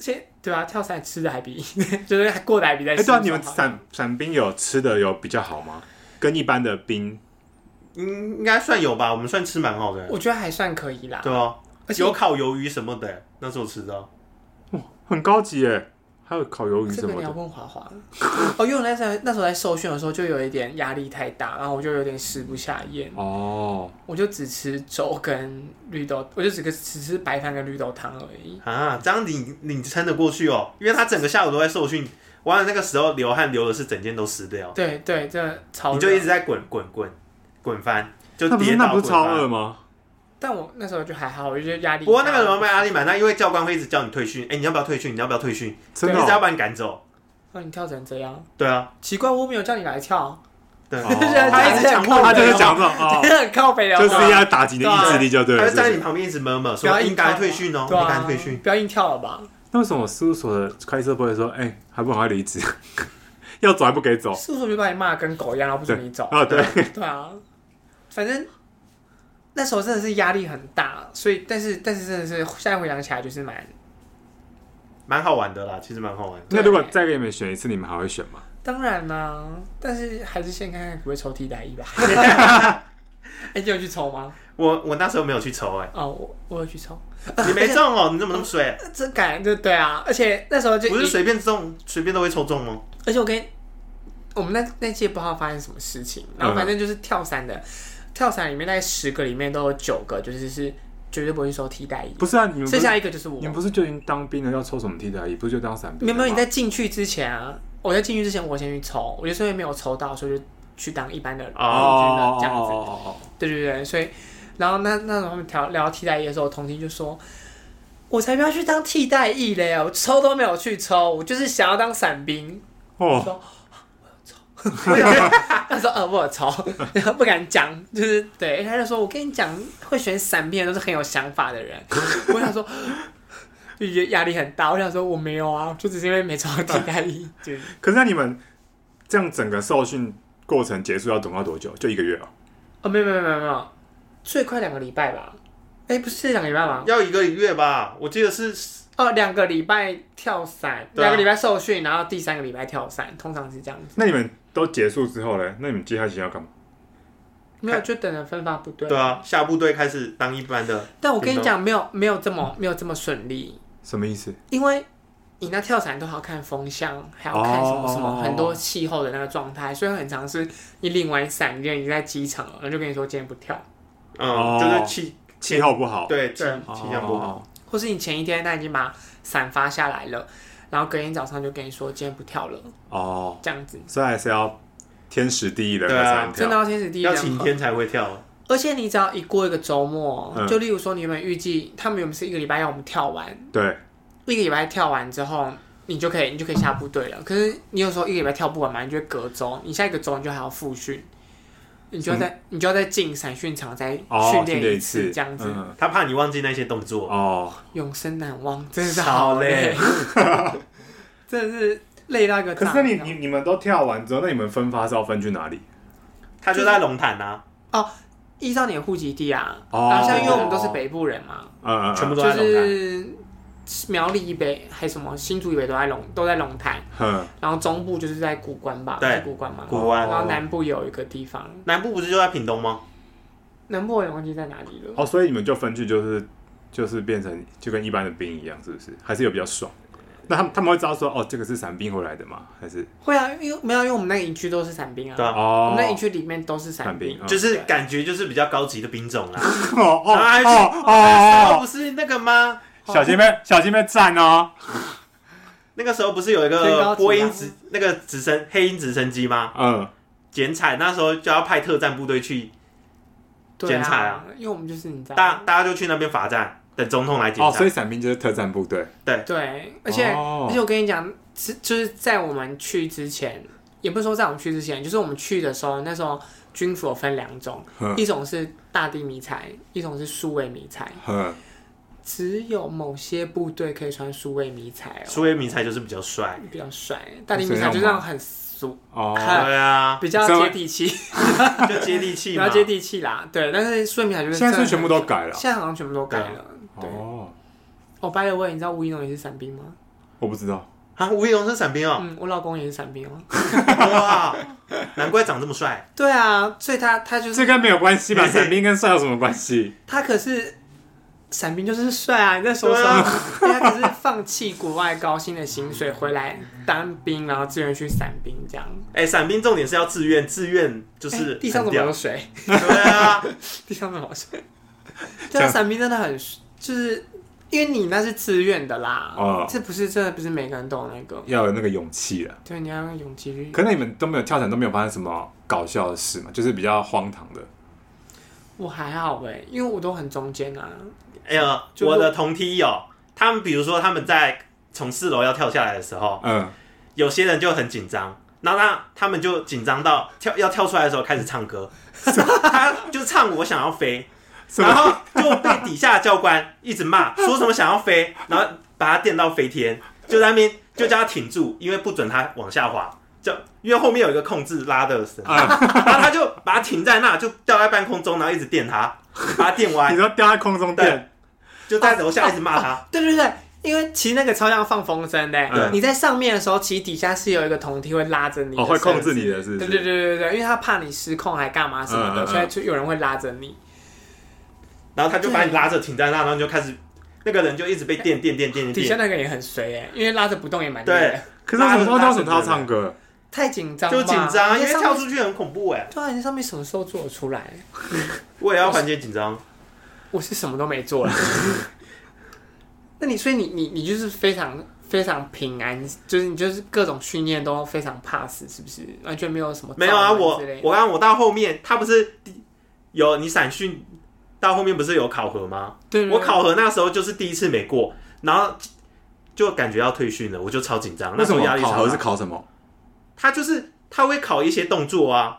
[SPEAKER 3] 而且对啊，跳伞吃的还比 就是还过得还比在
[SPEAKER 1] 哎，
[SPEAKER 3] 心
[SPEAKER 1] 对啊，
[SPEAKER 3] 爽
[SPEAKER 1] 你们
[SPEAKER 3] 好
[SPEAKER 1] 伞伞兵有吃的有比较好吗？跟一般的兵
[SPEAKER 2] 应应该算有吧，我们算吃蛮好的，
[SPEAKER 3] 我觉得还算可以啦。
[SPEAKER 2] 对哦，
[SPEAKER 3] 而且
[SPEAKER 2] 有烤鱿鱼什么的，那时候吃的。哦
[SPEAKER 1] 很高级耶，还有烤鱿鱼
[SPEAKER 3] 这
[SPEAKER 1] 什
[SPEAKER 3] 个
[SPEAKER 1] 么
[SPEAKER 3] 你要
[SPEAKER 1] 的。
[SPEAKER 3] 问华华。哦，因为我那时候那时候在受训的时候就有一点压力太大，然后我就有点食不下咽，
[SPEAKER 1] 哦，
[SPEAKER 3] 我就只吃粥跟绿豆，我就只跟只吃白饭跟绿豆汤而已。
[SPEAKER 2] 啊，这样你你撑得过去哦，因为他整个下午都在受训，完了那个时候流汗流的是整件都湿掉，
[SPEAKER 3] 对对，真的超
[SPEAKER 2] 你就一
[SPEAKER 3] 热
[SPEAKER 2] 直在滚滚滚滚翻，就
[SPEAKER 1] 那不
[SPEAKER 2] 跌
[SPEAKER 1] 是
[SPEAKER 2] 倒
[SPEAKER 1] 那不
[SPEAKER 2] 滚
[SPEAKER 1] 是超
[SPEAKER 2] 翻。
[SPEAKER 1] 饿吗？
[SPEAKER 3] 但我那时候就还好，我就觉得压力大。
[SPEAKER 2] 不过那个人麦压力蛮大，因为教官会一直叫你退训，哎、你要不要退训？你要不要退训？
[SPEAKER 1] 真的
[SPEAKER 2] 一直要
[SPEAKER 1] 哦。
[SPEAKER 2] 把你赶走。
[SPEAKER 3] 哦，你跳成这样，
[SPEAKER 2] 对啊，
[SPEAKER 3] 奇怪，我没有叫你来 跳，
[SPEAKER 2] 对，啊
[SPEAKER 1] 哦
[SPEAKER 2] 他一直强迫
[SPEAKER 1] 他就是讲
[SPEAKER 2] 讲
[SPEAKER 1] 这种哦，
[SPEAKER 3] 很靠北啊，
[SPEAKER 1] 就是要打击你的意志力就对
[SPEAKER 2] 他
[SPEAKER 1] 了。
[SPEAKER 2] 就站在
[SPEAKER 1] 是
[SPEAKER 2] 你
[SPEAKER 1] 不是
[SPEAKER 2] 旁边一直 murmur
[SPEAKER 3] 不
[SPEAKER 2] 说
[SPEAKER 3] 要
[SPEAKER 2] 你
[SPEAKER 3] 硬
[SPEAKER 2] 赶
[SPEAKER 3] 跳
[SPEAKER 2] 快退训哦，
[SPEAKER 3] 对
[SPEAKER 2] 你
[SPEAKER 3] 啊，
[SPEAKER 2] 赶快退训。
[SPEAKER 3] 不要硬跳了吧？
[SPEAKER 1] 那为什么事务所的开车不会说，哎，还不赶快离职？ 要走还不给
[SPEAKER 2] 哦
[SPEAKER 1] 走？
[SPEAKER 3] 哦
[SPEAKER 1] 哦
[SPEAKER 3] 是不是就把你骂得跟狗一样，然后不准你走？
[SPEAKER 1] 啊，对，
[SPEAKER 3] 对啊，反正那时候真的是压力很大，所以但是但是真的是现在回想起来就是蛮，
[SPEAKER 2] 蛮好玩的啦，其实蛮好玩的。
[SPEAKER 1] 那如果再给你们选一次，你们还会选吗？
[SPEAKER 3] 当然啦、但是还是先看看可不可以抽替 代役吧。 哎、你有去抽吗？
[SPEAKER 2] 我我那时候没有去抽 哎、
[SPEAKER 3] 哦，我我有去抽，
[SPEAKER 2] 你没中哦、你怎么那么衰、
[SPEAKER 3] 呃这感就对啊，而且那时候 就
[SPEAKER 2] 不是
[SPEAKER 3] 一
[SPEAKER 2] 随便中，随便都会抽中哦吗？
[SPEAKER 3] 而且我跟我们那那届不知道发生什么事情，
[SPEAKER 1] 嗯
[SPEAKER 3] 然后反正就是跳伞的，跳伞里面大概十个里面都有九个就是是绝对不会收替代役，
[SPEAKER 1] 不是啊，你们不
[SPEAKER 3] 剩
[SPEAKER 1] 是
[SPEAKER 3] 下一个就是我
[SPEAKER 1] 你。们不是就已经当兵了，要抽什么替代役？不是就当伞兵
[SPEAKER 3] 没
[SPEAKER 1] 了
[SPEAKER 3] 有
[SPEAKER 1] 吗？
[SPEAKER 3] 没有，你在进去之前啊，我在进去之前我先去抽，我就因为没有抽到，所以就去当一般的
[SPEAKER 1] 哦哦
[SPEAKER 3] 哦这样子。
[SPEAKER 1] 哦哦
[SPEAKER 3] 对对对，所以然后那那时候他们聊聊替代役的时候，童心就说：“我才不要去当替代役嘞，我抽都没有去抽，我就是想要当伞兵。”
[SPEAKER 1] 哦哦，
[SPEAKER 3] 说。 他说：“呃，我有抽， 不敢讲，就是对。”他就说：“我跟你讲，会选伞兵的都是很有想法的人。”我想说，就觉得压力很大。我想说，我没有啊，就只是因为没抽到替代役，就是
[SPEAKER 1] 可是那你们这样整个受训过程结束要等到多久？就一个月哦。
[SPEAKER 3] 哦，没有没有没有没有，最快两个礼拜吧？哎、不是两个礼拜吗？
[SPEAKER 2] 要一个月吧，我记得是
[SPEAKER 3] 哦，两个礼拜跳伞，
[SPEAKER 2] 对啊
[SPEAKER 3] 两、个礼拜受训，然后第三个礼拜跳伞，通常是这样子。
[SPEAKER 1] 那你们都结束之后呢？那你们接下来要干嘛？
[SPEAKER 3] 没有，就等着分发部队。
[SPEAKER 2] 对啊，下部队开始当一般的，
[SPEAKER 3] 但我跟你讲，没有没有这么没有这么顺利。
[SPEAKER 1] 什么意思？
[SPEAKER 3] 因为你那跳伞都还要看风向，还要看什么什么
[SPEAKER 1] 哦
[SPEAKER 3] 很多气候的那个状态，所以很常是你领完伞，你已经在机场了，然后就跟你说今天不跳，
[SPEAKER 2] 嗯，
[SPEAKER 1] 哦
[SPEAKER 2] 就是气
[SPEAKER 1] 气候不好，
[SPEAKER 2] 对气
[SPEAKER 3] 对
[SPEAKER 2] 气象不好，
[SPEAKER 1] 哦
[SPEAKER 3] 或是你前一天他已经把伞发下来了，然后隔天早上就跟你说今天不跳了，
[SPEAKER 1] 哦，
[SPEAKER 3] 这样子。
[SPEAKER 1] 所以还是要天时地利人和
[SPEAKER 2] 对啊
[SPEAKER 1] 才能跳
[SPEAKER 3] 真的要天时地利
[SPEAKER 2] 要
[SPEAKER 3] 人
[SPEAKER 2] 晴
[SPEAKER 3] 和，
[SPEAKER 2] 天才会跳。啊
[SPEAKER 3] 而且你只要一过一个周末，
[SPEAKER 1] 嗯
[SPEAKER 3] 就例如说你有没有预计他们有没有是一个礼拜要我们跳完，
[SPEAKER 1] 对，
[SPEAKER 3] 一个礼拜跳完之后，你就可以你就可以下部队了。可是你有时候一个礼拜跳不完嘛，你就会隔周，你下一个周你就还要复训，你就要再、你就要再进散训场再
[SPEAKER 1] 哦，
[SPEAKER 3] 训
[SPEAKER 1] 训
[SPEAKER 3] 练
[SPEAKER 1] 一
[SPEAKER 3] 次，这样子、
[SPEAKER 1] 嗯
[SPEAKER 2] 他怕你忘记那些动作，啊
[SPEAKER 1] 哦，
[SPEAKER 3] 永生难忘，真的是
[SPEAKER 2] 好
[SPEAKER 3] 好
[SPEAKER 2] 累
[SPEAKER 3] 累， 真的是累到一个
[SPEAKER 1] 可
[SPEAKER 3] 炸掉。
[SPEAKER 1] 是你你你们都跳完之后，那你们分发是要分去哪里？
[SPEAKER 2] 他就在龙潭啊，
[SPEAKER 3] 依照你的户籍地啊，
[SPEAKER 1] 哦
[SPEAKER 3] 然后像因为我们都是北部人嘛，
[SPEAKER 1] 嗯嗯，
[SPEAKER 2] 全部都
[SPEAKER 3] 就
[SPEAKER 2] 在龙潭。
[SPEAKER 3] 是苗栗以北还有什么新竹以北都在龙都在龙潭，
[SPEAKER 1] 嗯
[SPEAKER 3] 然后中部就是在古关吧，
[SPEAKER 2] 对
[SPEAKER 3] 是古关嘛，
[SPEAKER 2] 古湾
[SPEAKER 3] 然后南部有一个地方。
[SPEAKER 2] 南部不是就在屏东吗？
[SPEAKER 3] 南部我也忘记在哪里了。
[SPEAKER 1] 哦，所以你们就分去就是就是变成就跟一般的兵一样，是不是？还是有比较爽？那他们他们会知道说哦，这个是伞兵回来的吗？还是
[SPEAKER 3] 会啊，因为没有，因为我们那个营区都是伞兵啊，
[SPEAKER 2] 对啊
[SPEAKER 3] 我
[SPEAKER 1] 哦
[SPEAKER 3] 们那营区里面都是伞
[SPEAKER 1] 伞兵
[SPEAKER 3] 兵，，
[SPEAKER 1] 嗯
[SPEAKER 2] 就是感觉就是比较高级的兵种啦。
[SPEAKER 1] 哦哦
[SPEAKER 2] 啊
[SPEAKER 1] 哦
[SPEAKER 2] 那时候
[SPEAKER 1] 哦
[SPEAKER 2] 不是那个吗？
[SPEAKER 1] 哦，小心被小心被赞哦，
[SPEAKER 2] 那个时候不是有一
[SPEAKER 3] 最高级
[SPEAKER 2] 个
[SPEAKER 3] 啊
[SPEAKER 2] 波音直那个直升黑鹰直升机吗？
[SPEAKER 1] 嗯，
[SPEAKER 2] 剪彩那时候就要派特战部队去，
[SPEAKER 3] 对
[SPEAKER 2] 检查啊
[SPEAKER 3] 啊，因为我们就是你知道，
[SPEAKER 2] 大大家就去那边罚站，等总统来检
[SPEAKER 1] 哦，所
[SPEAKER 2] 查。
[SPEAKER 1] 以伞兵就是特战部队，
[SPEAKER 3] 对，而且、
[SPEAKER 1] 哦
[SPEAKER 3] 而且我跟你讲，是就是在我们去之前，也不是说在我们去之前，就是我们去的时候，那时候军服有分两种，
[SPEAKER 1] 嗯
[SPEAKER 3] 一种是大地迷彩，一种是数位迷彩，
[SPEAKER 1] 嗯，
[SPEAKER 3] 只有某些部队可以穿数位迷彩哦，
[SPEAKER 2] 苏威迷彩就是比较帅。
[SPEAKER 3] 比较帅，大地迷彩就是那种很俗，
[SPEAKER 1] 哦，
[SPEAKER 3] 啊
[SPEAKER 2] 对啊，
[SPEAKER 3] 比较接地气。
[SPEAKER 2] 就接地气
[SPEAKER 3] 比
[SPEAKER 2] 嘛
[SPEAKER 3] 较。接地气啦，对。但是睡眠海就是
[SPEAKER 1] 现在
[SPEAKER 3] 真的
[SPEAKER 1] 是全部都改了
[SPEAKER 3] 现在好像全部都改
[SPEAKER 2] 啊
[SPEAKER 3] 了。对，
[SPEAKER 1] 哦，
[SPEAKER 3] 哦，by the way，你知道吴一农也是伞兵吗？
[SPEAKER 1] 我不知道，
[SPEAKER 2] 啊，吴亦龙是伞兵哦，
[SPEAKER 3] 嗯，我老公也是伞兵哦。
[SPEAKER 2] 哇，
[SPEAKER 3] 嗯
[SPEAKER 2] 难怪长这么帅。
[SPEAKER 3] 对啊，所以他他就是
[SPEAKER 1] 这跟没有关系吧？ 伞兵跟帅有什么关系？
[SPEAKER 3] 他可是伞兵就是帅啊，你在说什
[SPEAKER 2] 对啊
[SPEAKER 3] 么？ 因为他可是放弃国外高薪的薪水回来当兵，然后自愿去伞兵这样。
[SPEAKER 2] 哎，伞兵重点是要自愿，自愿就是
[SPEAKER 3] 哎地
[SPEAKER 2] 很
[SPEAKER 3] 上怎么
[SPEAKER 2] 屌
[SPEAKER 3] 有水？
[SPEAKER 2] 对 啊，
[SPEAKER 3] 地上怎么有水？
[SPEAKER 1] 这
[SPEAKER 3] 对啊，
[SPEAKER 1] 样
[SPEAKER 3] 伞兵真的很就是。因为你那是自愿的啦，
[SPEAKER 1] 哦
[SPEAKER 3] 这不是真的不是每个人都有那个，
[SPEAKER 1] 要有那个勇气了。
[SPEAKER 3] 对，你要有勇气去
[SPEAKER 1] 可能你们都没有跳伞，都没有发生什么搞笑的事嘛，就是比较荒唐的。
[SPEAKER 3] 我还好哎、因为我都很中间啊。
[SPEAKER 2] 哎呀，
[SPEAKER 3] 就是
[SPEAKER 2] 我的同梯哦，他们比如说他们在从四楼要跳下来的时候，
[SPEAKER 1] 嗯，
[SPEAKER 2] 有些人就很紧张，然后他他们就紧张到跳要跳出来的时候开始 唱歌，他就唱我想要飞，
[SPEAKER 1] 什
[SPEAKER 2] 然
[SPEAKER 1] 么？
[SPEAKER 2] 后就被底下的教官一直骂，说什么想要飞，然后把他电到飞天，就在那边就叫他挺住，因为不准他往下滑，就因为后面有一个控制拉的绳，
[SPEAKER 1] 啊
[SPEAKER 2] 然后他就把他停在那，就吊在半空中，然后一直电他，把他 电
[SPEAKER 1] 你
[SPEAKER 2] 歪，
[SPEAKER 1] 说掉在空中电，
[SPEAKER 2] 就在楼下一直骂他。
[SPEAKER 3] 对对对，因为其实那个超像放风筝的、
[SPEAKER 1] 嗯
[SPEAKER 3] 你在上面的时候，其实底下是有一个铜梯会拉着你的
[SPEAKER 1] 哦，会
[SPEAKER 3] 绳
[SPEAKER 1] 控制你的是不
[SPEAKER 3] 对
[SPEAKER 1] 是？
[SPEAKER 3] 对对对对，因为他怕你失控还干嘛什么
[SPEAKER 1] 嗯
[SPEAKER 3] 的，
[SPEAKER 1] 嗯嗯
[SPEAKER 3] 所以就有人会拉着你。
[SPEAKER 2] 然后他就把你拉着停在那，然后你就开始，那个人就一直被电电电电
[SPEAKER 3] 底下
[SPEAKER 2] 电，
[SPEAKER 3] 那个人也很衰哎、因为拉着不动也蛮累
[SPEAKER 2] 对
[SPEAKER 3] 的，
[SPEAKER 1] 可是为什么为什么他要唱歌？
[SPEAKER 3] 太紧张吧，
[SPEAKER 2] 就紧张，因为
[SPEAKER 3] 你在上
[SPEAKER 2] 跳
[SPEAKER 3] 面。
[SPEAKER 2] 出去很恐怖哎，
[SPEAKER 3] 对啊，你上面什么时候做得出来？
[SPEAKER 2] 我也要缓解紧张。
[SPEAKER 3] 我是什么都没做了。 那你所以你你你就是非常非常平安，就是你就是各种训练都非常 pass，是不是？完全没有什么
[SPEAKER 2] 没有啊，
[SPEAKER 3] 障碍
[SPEAKER 2] 我
[SPEAKER 3] 之类的
[SPEAKER 2] 我刚刚我到后面，他不是第有你闪训到后面不是有考核吗？
[SPEAKER 3] 对对
[SPEAKER 2] 我考核那时候就是第一次没过，然后就感觉要退训了，我就超紧张。那
[SPEAKER 1] 为
[SPEAKER 2] 时
[SPEAKER 1] 什
[SPEAKER 2] 候压
[SPEAKER 1] 么
[SPEAKER 2] 力
[SPEAKER 1] 考
[SPEAKER 2] 超
[SPEAKER 1] 核
[SPEAKER 2] 大
[SPEAKER 1] 是考什么？
[SPEAKER 2] 他就是他会考一些动作啊，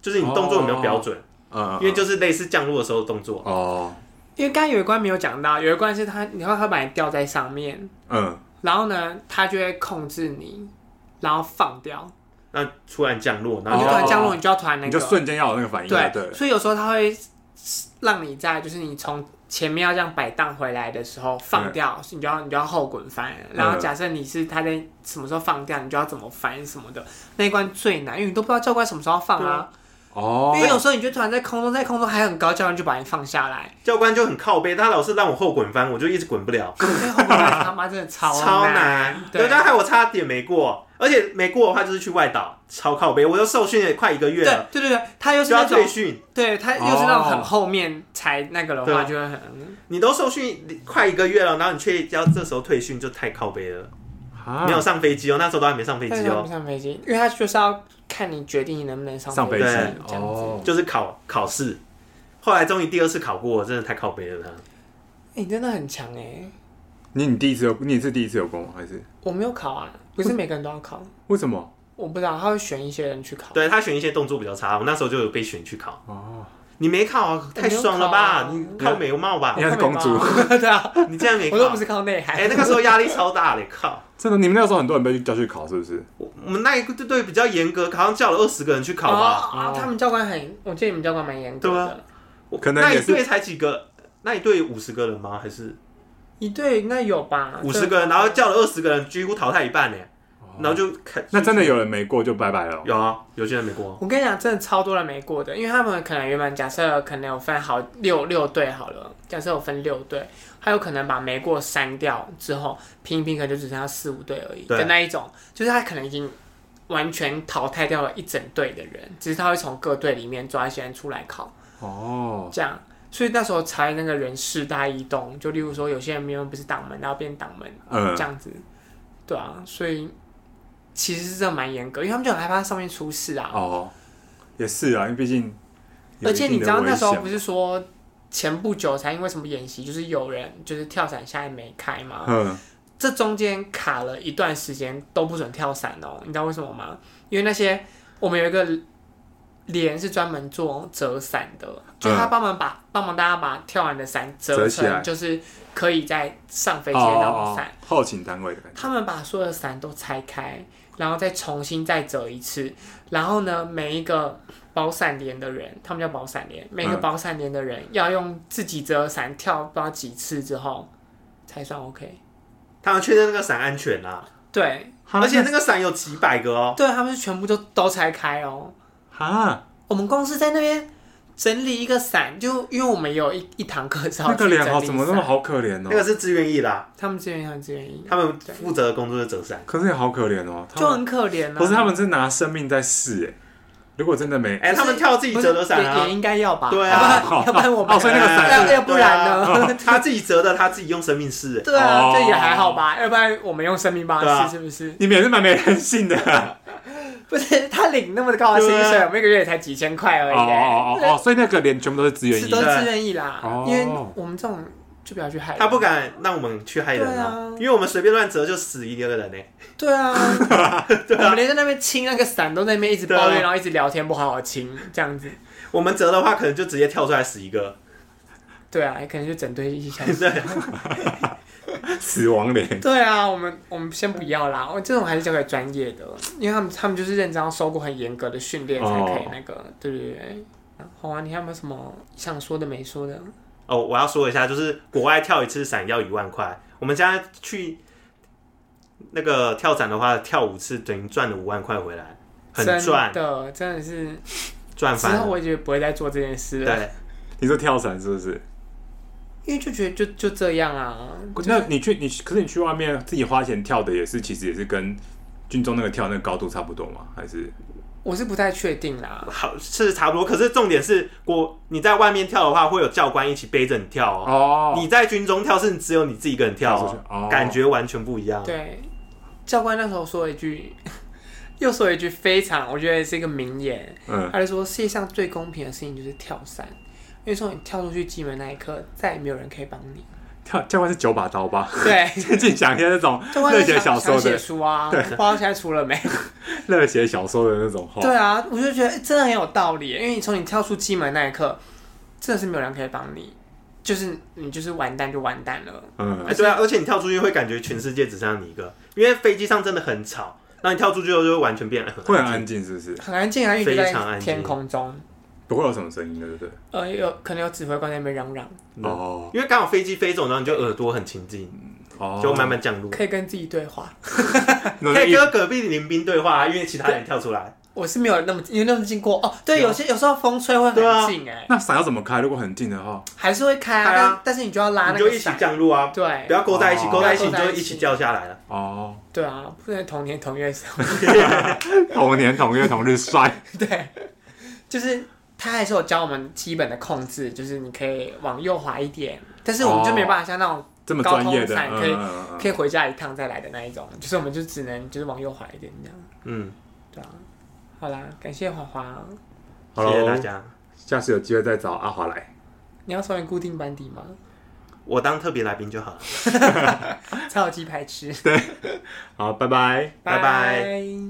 [SPEAKER 2] 就是你动作有没有标准，
[SPEAKER 1] 嗯，
[SPEAKER 2] 因为就是类似降落的时候的动作。
[SPEAKER 1] 哦，
[SPEAKER 3] 因为刚刚有一关没有讲到，有一关是他，然后他把你吊在上面，
[SPEAKER 1] 嗯，
[SPEAKER 3] 然后呢，他就会控制你，然后放掉，
[SPEAKER 2] 那突然降落，然
[SPEAKER 3] 然
[SPEAKER 2] 后
[SPEAKER 1] 哦
[SPEAKER 3] 后就
[SPEAKER 2] 就
[SPEAKER 3] 突然降落，你就要突然那
[SPEAKER 1] 你
[SPEAKER 3] 个，
[SPEAKER 1] 就瞬间要有那个反应，
[SPEAKER 3] 对，
[SPEAKER 1] 对了，
[SPEAKER 3] 所以有时候他会让你在就是你从前面要这样摆荡回来的时候放掉，你就要你就要后滚翻，然
[SPEAKER 2] 嗯
[SPEAKER 3] 后假设你是他在什么时候放掉，你就要怎么翻什么的，那一关最难，因为你都不知道教官什么时候放啊，
[SPEAKER 1] 哦
[SPEAKER 3] 因为有时候你就突然在空中，在空中还很高，教官就把你放 下来，
[SPEAKER 2] 教官就很靠背，他老是让我后滚翻，我就一直滚不了，
[SPEAKER 3] 所以哎后滚翻他妈真的超
[SPEAKER 2] 超
[SPEAKER 3] 啊难
[SPEAKER 2] 难。，
[SPEAKER 3] 对
[SPEAKER 2] 对，，但害我差点没过，而且没过的话就是去外岛，超靠背，我都受训了快一个月
[SPEAKER 3] 对
[SPEAKER 2] 了，
[SPEAKER 3] 对对对，他又是
[SPEAKER 2] 就
[SPEAKER 3] 那
[SPEAKER 2] 要
[SPEAKER 3] 种
[SPEAKER 2] 退训。
[SPEAKER 3] 对他又是那种很
[SPEAKER 1] 哦
[SPEAKER 3] 后面才那个的
[SPEAKER 2] 对
[SPEAKER 3] 话，
[SPEAKER 2] 啊
[SPEAKER 3] 就会很
[SPEAKER 2] 你都受训快一个月了，然后你却要这时候退训，就太靠背了。
[SPEAKER 3] 嗯
[SPEAKER 1] 啊
[SPEAKER 2] 没有上飞机哦，那时候都还没上飞
[SPEAKER 3] 但
[SPEAKER 2] 机
[SPEAKER 3] 是他不
[SPEAKER 2] 哦，
[SPEAKER 3] 上飞机，因为他就是要看你决定你能不能上
[SPEAKER 1] 上飞
[SPEAKER 3] 机
[SPEAKER 1] 机
[SPEAKER 2] 对
[SPEAKER 3] 这样子。
[SPEAKER 1] 哦，
[SPEAKER 2] 就是考考试。后来终于第二次考过，真的太靠背了他。
[SPEAKER 3] 哎、你真的很强哎、
[SPEAKER 1] 你你第一次有你是第一次有过吗？还是
[SPEAKER 3] 我没有考啊，不是每个人都要考，
[SPEAKER 1] 为什么？
[SPEAKER 3] 我不知道他会选一些人去考。
[SPEAKER 2] 对他选一些动作比较差，我那时候就有被选去考。
[SPEAKER 1] 哦，
[SPEAKER 2] 你没考啊，太爽了吧？
[SPEAKER 3] 我没有考
[SPEAKER 2] 你靠美貌吧
[SPEAKER 1] 你？看是公主，
[SPEAKER 3] 对啊，
[SPEAKER 2] 你竟然没
[SPEAKER 3] 我都
[SPEAKER 2] 考
[SPEAKER 3] 不？是靠内涵。
[SPEAKER 2] 哎，那个时候压力超大的，靠！
[SPEAKER 1] 真的，你们那个时候很多人被叫去考，是不是？
[SPEAKER 2] 我我们那一个队队比较严格，好像叫了二十个人去考吧。
[SPEAKER 3] 啊、哦他们教官很，我记得你们教官蛮严格
[SPEAKER 2] 对啊
[SPEAKER 3] 的。
[SPEAKER 2] 我
[SPEAKER 1] 可能
[SPEAKER 2] 那
[SPEAKER 1] 也
[SPEAKER 2] 一
[SPEAKER 1] 是
[SPEAKER 2] 队才几个？那一队五十个人吗？还是
[SPEAKER 3] 一队应该有吧，
[SPEAKER 2] 五十个人？然后叫了二十个人，几乎淘汰一半呢。然后就看，
[SPEAKER 1] 那真的有人没过就拜拜了哦。
[SPEAKER 2] 有啊，有些人没过。
[SPEAKER 3] 我跟你讲，真的超多人没过的，因为他们可能原本假设可能有分好六六队好了，假设有分六队，还有可能把没过删掉之后拼一拼，可能就只剩下四五队而已
[SPEAKER 2] 对
[SPEAKER 3] 的那一种，就是他可能已经完全淘汰掉了一整队的人，只是他会从各队里面抓一些人出来考，
[SPEAKER 1] 哦，
[SPEAKER 3] 这样。所以那时候才那个人事大异动，就例如说有些人明明不是党门，然后变党门，
[SPEAKER 1] 嗯
[SPEAKER 3] 这，样子，对啊，所以其实是真的蛮严格，因为他们就很害怕上面出事啊。
[SPEAKER 1] 哦，也是啊，因为毕竟有一定的
[SPEAKER 3] 而
[SPEAKER 1] 危险嘛，
[SPEAKER 3] 且你知道那时候不是说前不久才因为什么演习，就是有人就是跳伞下来没开吗？
[SPEAKER 1] 嗯，
[SPEAKER 3] 这中间卡了一段时间都不准跳伞哦，你知道为什么吗？因为那些我们有一个连是专门做折伞的，就他帮忙把、帮忙大家把跳完的伞折
[SPEAKER 1] 嗯折起来
[SPEAKER 3] 成，就是可以在上飞
[SPEAKER 1] 哦
[SPEAKER 3] 机的那种
[SPEAKER 1] 哦
[SPEAKER 3] 伞。
[SPEAKER 1] 哦，后勤单位的感觉，
[SPEAKER 3] 他们把所有的伞都拆开，然后再重新再折一次。然后呢，每一个包伞帘的人，他们叫包伞帘，每个
[SPEAKER 1] 嗯
[SPEAKER 3] 包伞帘的人要用自己折伞跳不知道几次之后才算 OK。
[SPEAKER 2] 他们确认那个伞安全啦、
[SPEAKER 3] 对，
[SPEAKER 2] 而且那个伞有几百个哦。
[SPEAKER 3] 对，他们是全部都都拆开哦。
[SPEAKER 1] 啊，
[SPEAKER 3] 我们公司在那边整理一个伞，就因为我们有一一堂课是要
[SPEAKER 1] 那个
[SPEAKER 3] 去
[SPEAKER 1] 脸
[SPEAKER 3] 整
[SPEAKER 1] 好
[SPEAKER 3] 理
[SPEAKER 1] 怎么那么
[SPEAKER 3] 伞，
[SPEAKER 1] 好可怜
[SPEAKER 2] 那
[SPEAKER 1] 哦？
[SPEAKER 2] 个是自愿意啦，
[SPEAKER 3] 他们自愿意，他们自愿意，
[SPEAKER 2] 他们负责的工作是折伞。
[SPEAKER 1] 可是也好可怜哦，他
[SPEAKER 3] 就
[SPEAKER 1] 们
[SPEAKER 3] 很可怜啊。
[SPEAKER 1] 不是他们是拿生命在试哎，如果真的没
[SPEAKER 2] 哎、他们跳自己
[SPEAKER 3] 不是
[SPEAKER 2] 折的伞
[SPEAKER 3] 也
[SPEAKER 2] 啊
[SPEAKER 3] 也，应该要吧？
[SPEAKER 2] 对啊
[SPEAKER 3] 要不然要不然我们
[SPEAKER 1] 哦所以那个伞 啊
[SPEAKER 3] 要
[SPEAKER 2] 是
[SPEAKER 3] 要不然呢？
[SPEAKER 2] 他自己折的，他自己用生命试、哎
[SPEAKER 3] 对啊，
[SPEAKER 1] 哦
[SPEAKER 3] 这也还好吧，要不然我们用生命帮
[SPEAKER 2] 对
[SPEAKER 3] 他
[SPEAKER 2] 啊
[SPEAKER 3] 试是不是？
[SPEAKER 1] 你们也是蛮没人性的啊
[SPEAKER 3] 不是他领那么高的薪水，
[SPEAKER 2] 对啊
[SPEAKER 3] 我们一个月也才几千块
[SPEAKER 1] 哦
[SPEAKER 3] 而
[SPEAKER 1] 哦哦
[SPEAKER 3] 已，
[SPEAKER 1] 哦，所以那个脸全部都是自愿
[SPEAKER 3] 是
[SPEAKER 1] 意
[SPEAKER 3] 都
[SPEAKER 1] 的，
[SPEAKER 3] 是自愿意啦
[SPEAKER 1] 哦，
[SPEAKER 3] 因为我们这种就不要去害人
[SPEAKER 2] 他不敢让我们去害人
[SPEAKER 3] 对啊
[SPEAKER 2] 啊，因为我们随便乱折就死一个人呢、哎
[SPEAKER 3] 对啊，我们连在那边清那个伞都在那边一直抱
[SPEAKER 2] 对
[SPEAKER 3] 怨，
[SPEAKER 2] 啊
[SPEAKER 3] 然后一直聊天，不好好清这样子。
[SPEAKER 2] 我们折的话，可能就直接跳出来死一个。
[SPEAKER 3] 对啊，可能就整堆一起消失。
[SPEAKER 2] 对，
[SPEAKER 1] 死亡脸。
[SPEAKER 3] 对啊，我们我们先不要啦，我这种还是交给专业的，因为他们他们就是认真要受过很严格的训练才可以
[SPEAKER 1] 哦
[SPEAKER 3] 那个，对对对，好啊，你还有没有什么想说的没说的？
[SPEAKER 2] 哦，我要说一下，就是国外跳一次伞要一万块，我们家去那个跳伞的话，跳五次等于赚了五万块回来，很赚
[SPEAKER 3] 真，的，真的是
[SPEAKER 2] 赚
[SPEAKER 3] 之
[SPEAKER 2] 翻
[SPEAKER 3] 后
[SPEAKER 2] 了。
[SPEAKER 3] 我也觉得不会再做这件事了，
[SPEAKER 2] 对，
[SPEAKER 1] 你说跳伞是不是？
[SPEAKER 3] 因为就觉得就就这样啊。
[SPEAKER 1] 那你去你可是你去外面自己花钱跳的也是，其实也是跟军中那个跳那个高度差不多吗？还是
[SPEAKER 3] 我是不太确定啦，
[SPEAKER 2] 好是差不多，可是重点是，我你在外面跳的话，会有教官一起背着你跳哦。
[SPEAKER 1] 哦
[SPEAKER 2] 你在军中跳是只有你自己一个人跳
[SPEAKER 1] 跳出去哦
[SPEAKER 2] 感觉完全不一样。
[SPEAKER 3] 对，教官那时候说了一句， 又说了一句非常，我觉得是一个名言，
[SPEAKER 1] 嗯
[SPEAKER 3] 他就说世界上最公平的事情就是跳伞，因为从你跳出去进门那一刻，再也没有人可以帮你。
[SPEAKER 1] 跳教官是九把刀吧？
[SPEAKER 3] 对，
[SPEAKER 1] 最近讲一些那种
[SPEAKER 3] 教官
[SPEAKER 1] 热
[SPEAKER 3] 就
[SPEAKER 1] 血
[SPEAKER 3] 想
[SPEAKER 1] 小
[SPEAKER 3] 想
[SPEAKER 1] 说
[SPEAKER 3] 写
[SPEAKER 1] 的
[SPEAKER 3] 书啊，不知道现在出了没？
[SPEAKER 1] 热血小说的那种话。
[SPEAKER 3] 对啊，我就觉得、欸真的很有道理耶，因为你从你跳出机门那一刻，真的是没有人可以帮你，就是你就是完蛋就完蛋了。
[SPEAKER 1] 嗯
[SPEAKER 2] 哎，对啊，而且你跳出去会感觉全世界只剩下你一个，因为飞机上真的很吵，然后你跳出去后就会完全变得很
[SPEAKER 1] 会很
[SPEAKER 2] 安静
[SPEAKER 1] 安静，是不是？
[SPEAKER 3] 很安静啊，因为就
[SPEAKER 2] 非常
[SPEAKER 3] 在
[SPEAKER 2] 安静
[SPEAKER 3] 天空中，
[SPEAKER 1] 不会有什么声音的，对不对？
[SPEAKER 3] 呃，有可能有指挥官在那边嚷嚷，
[SPEAKER 2] 嗯
[SPEAKER 1] 哦
[SPEAKER 2] 因为刚好飞机飞走，然后你就耳朵很清静，
[SPEAKER 1] 哦，
[SPEAKER 2] 就慢慢降落。
[SPEAKER 3] 可以跟自己对话。
[SPEAKER 1] 那
[SPEAKER 2] 可
[SPEAKER 1] 那
[SPEAKER 2] 以
[SPEAKER 1] 一
[SPEAKER 2] 跟隔壁邻兵对话、啊，因为其他人跳出来。
[SPEAKER 3] 我是没有那么因为那么经过哦，对，
[SPEAKER 2] 有
[SPEAKER 3] 有些有时候风吹会
[SPEAKER 2] 啊对啊
[SPEAKER 3] 很近哎、
[SPEAKER 1] 那伞要怎么开？如果很近的话，
[SPEAKER 3] 还是会开啊，
[SPEAKER 2] 开啊
[SPEAKER 3] 但但是你就要拉
[SPEAKER 2] 你
[SPEAKER 3] 那
[SPEAKER 2] 就
[SPEAKER 3] 个
[SPEAKER 2] 一起
[SPEAKER 3] 伞，
[SPEAKER 2] 降落啊，
[SPEAKER 3] 对
[SPEAKER 2] 不要勾在一起，
[SPEAKER 1] 哦
[SPEAKER 2] 勾在一起你
[SPEAKER 3] 不要勾在
[SPEAKER 2] 就
[SPEAKER 3] 一起
[SPEAKER 2] 一起掉下来了。
[SPEAKER 1] 哦，
[SPEAKER 3] 对啊，不能同年同月生，
[SPEAKER 1] 同年同月同日摔，
[SPEAKER 3] 对，就是他还是有教我们基本的控制，就是你可以往右滑一点，但是我们就
[SPEAKER 2] 哦
[SPEAKER 3] 没办法像那种
[SPEAKER 1] 这么专业的，
[SPEAKER 3] 高空伞
[SPEAKER 1] 嗯
[SPEAKER 3] 可以
[SPEAKER 1] 嗯嗯
[SPEAKER 3] 可以回家一趟再来的那一种，就是我们就只能就是往右滑一点这样，
[SPEAKER 2] 嗯，
[SPEAKER 3] 对啊。好啦，感谢华华，
[SPEAKER 1] 好
[SPEAKER 2] 谢
[SPEAKER 1] 咯
[SPEAKER 2] 谢大家。
[SPEAKER 1] 下次有机会再找阿华来。
[SPEAKER 3] 你要成为固定班底吗？
[SPEAKER 2] 我当特别来宾就好了。
[SPEAKER 3] 才有鸡排吃。
[SPEAKER 1] 好，拜拜。
[SPEAKER 2] 拜拜
[SPEAKER 3] 拜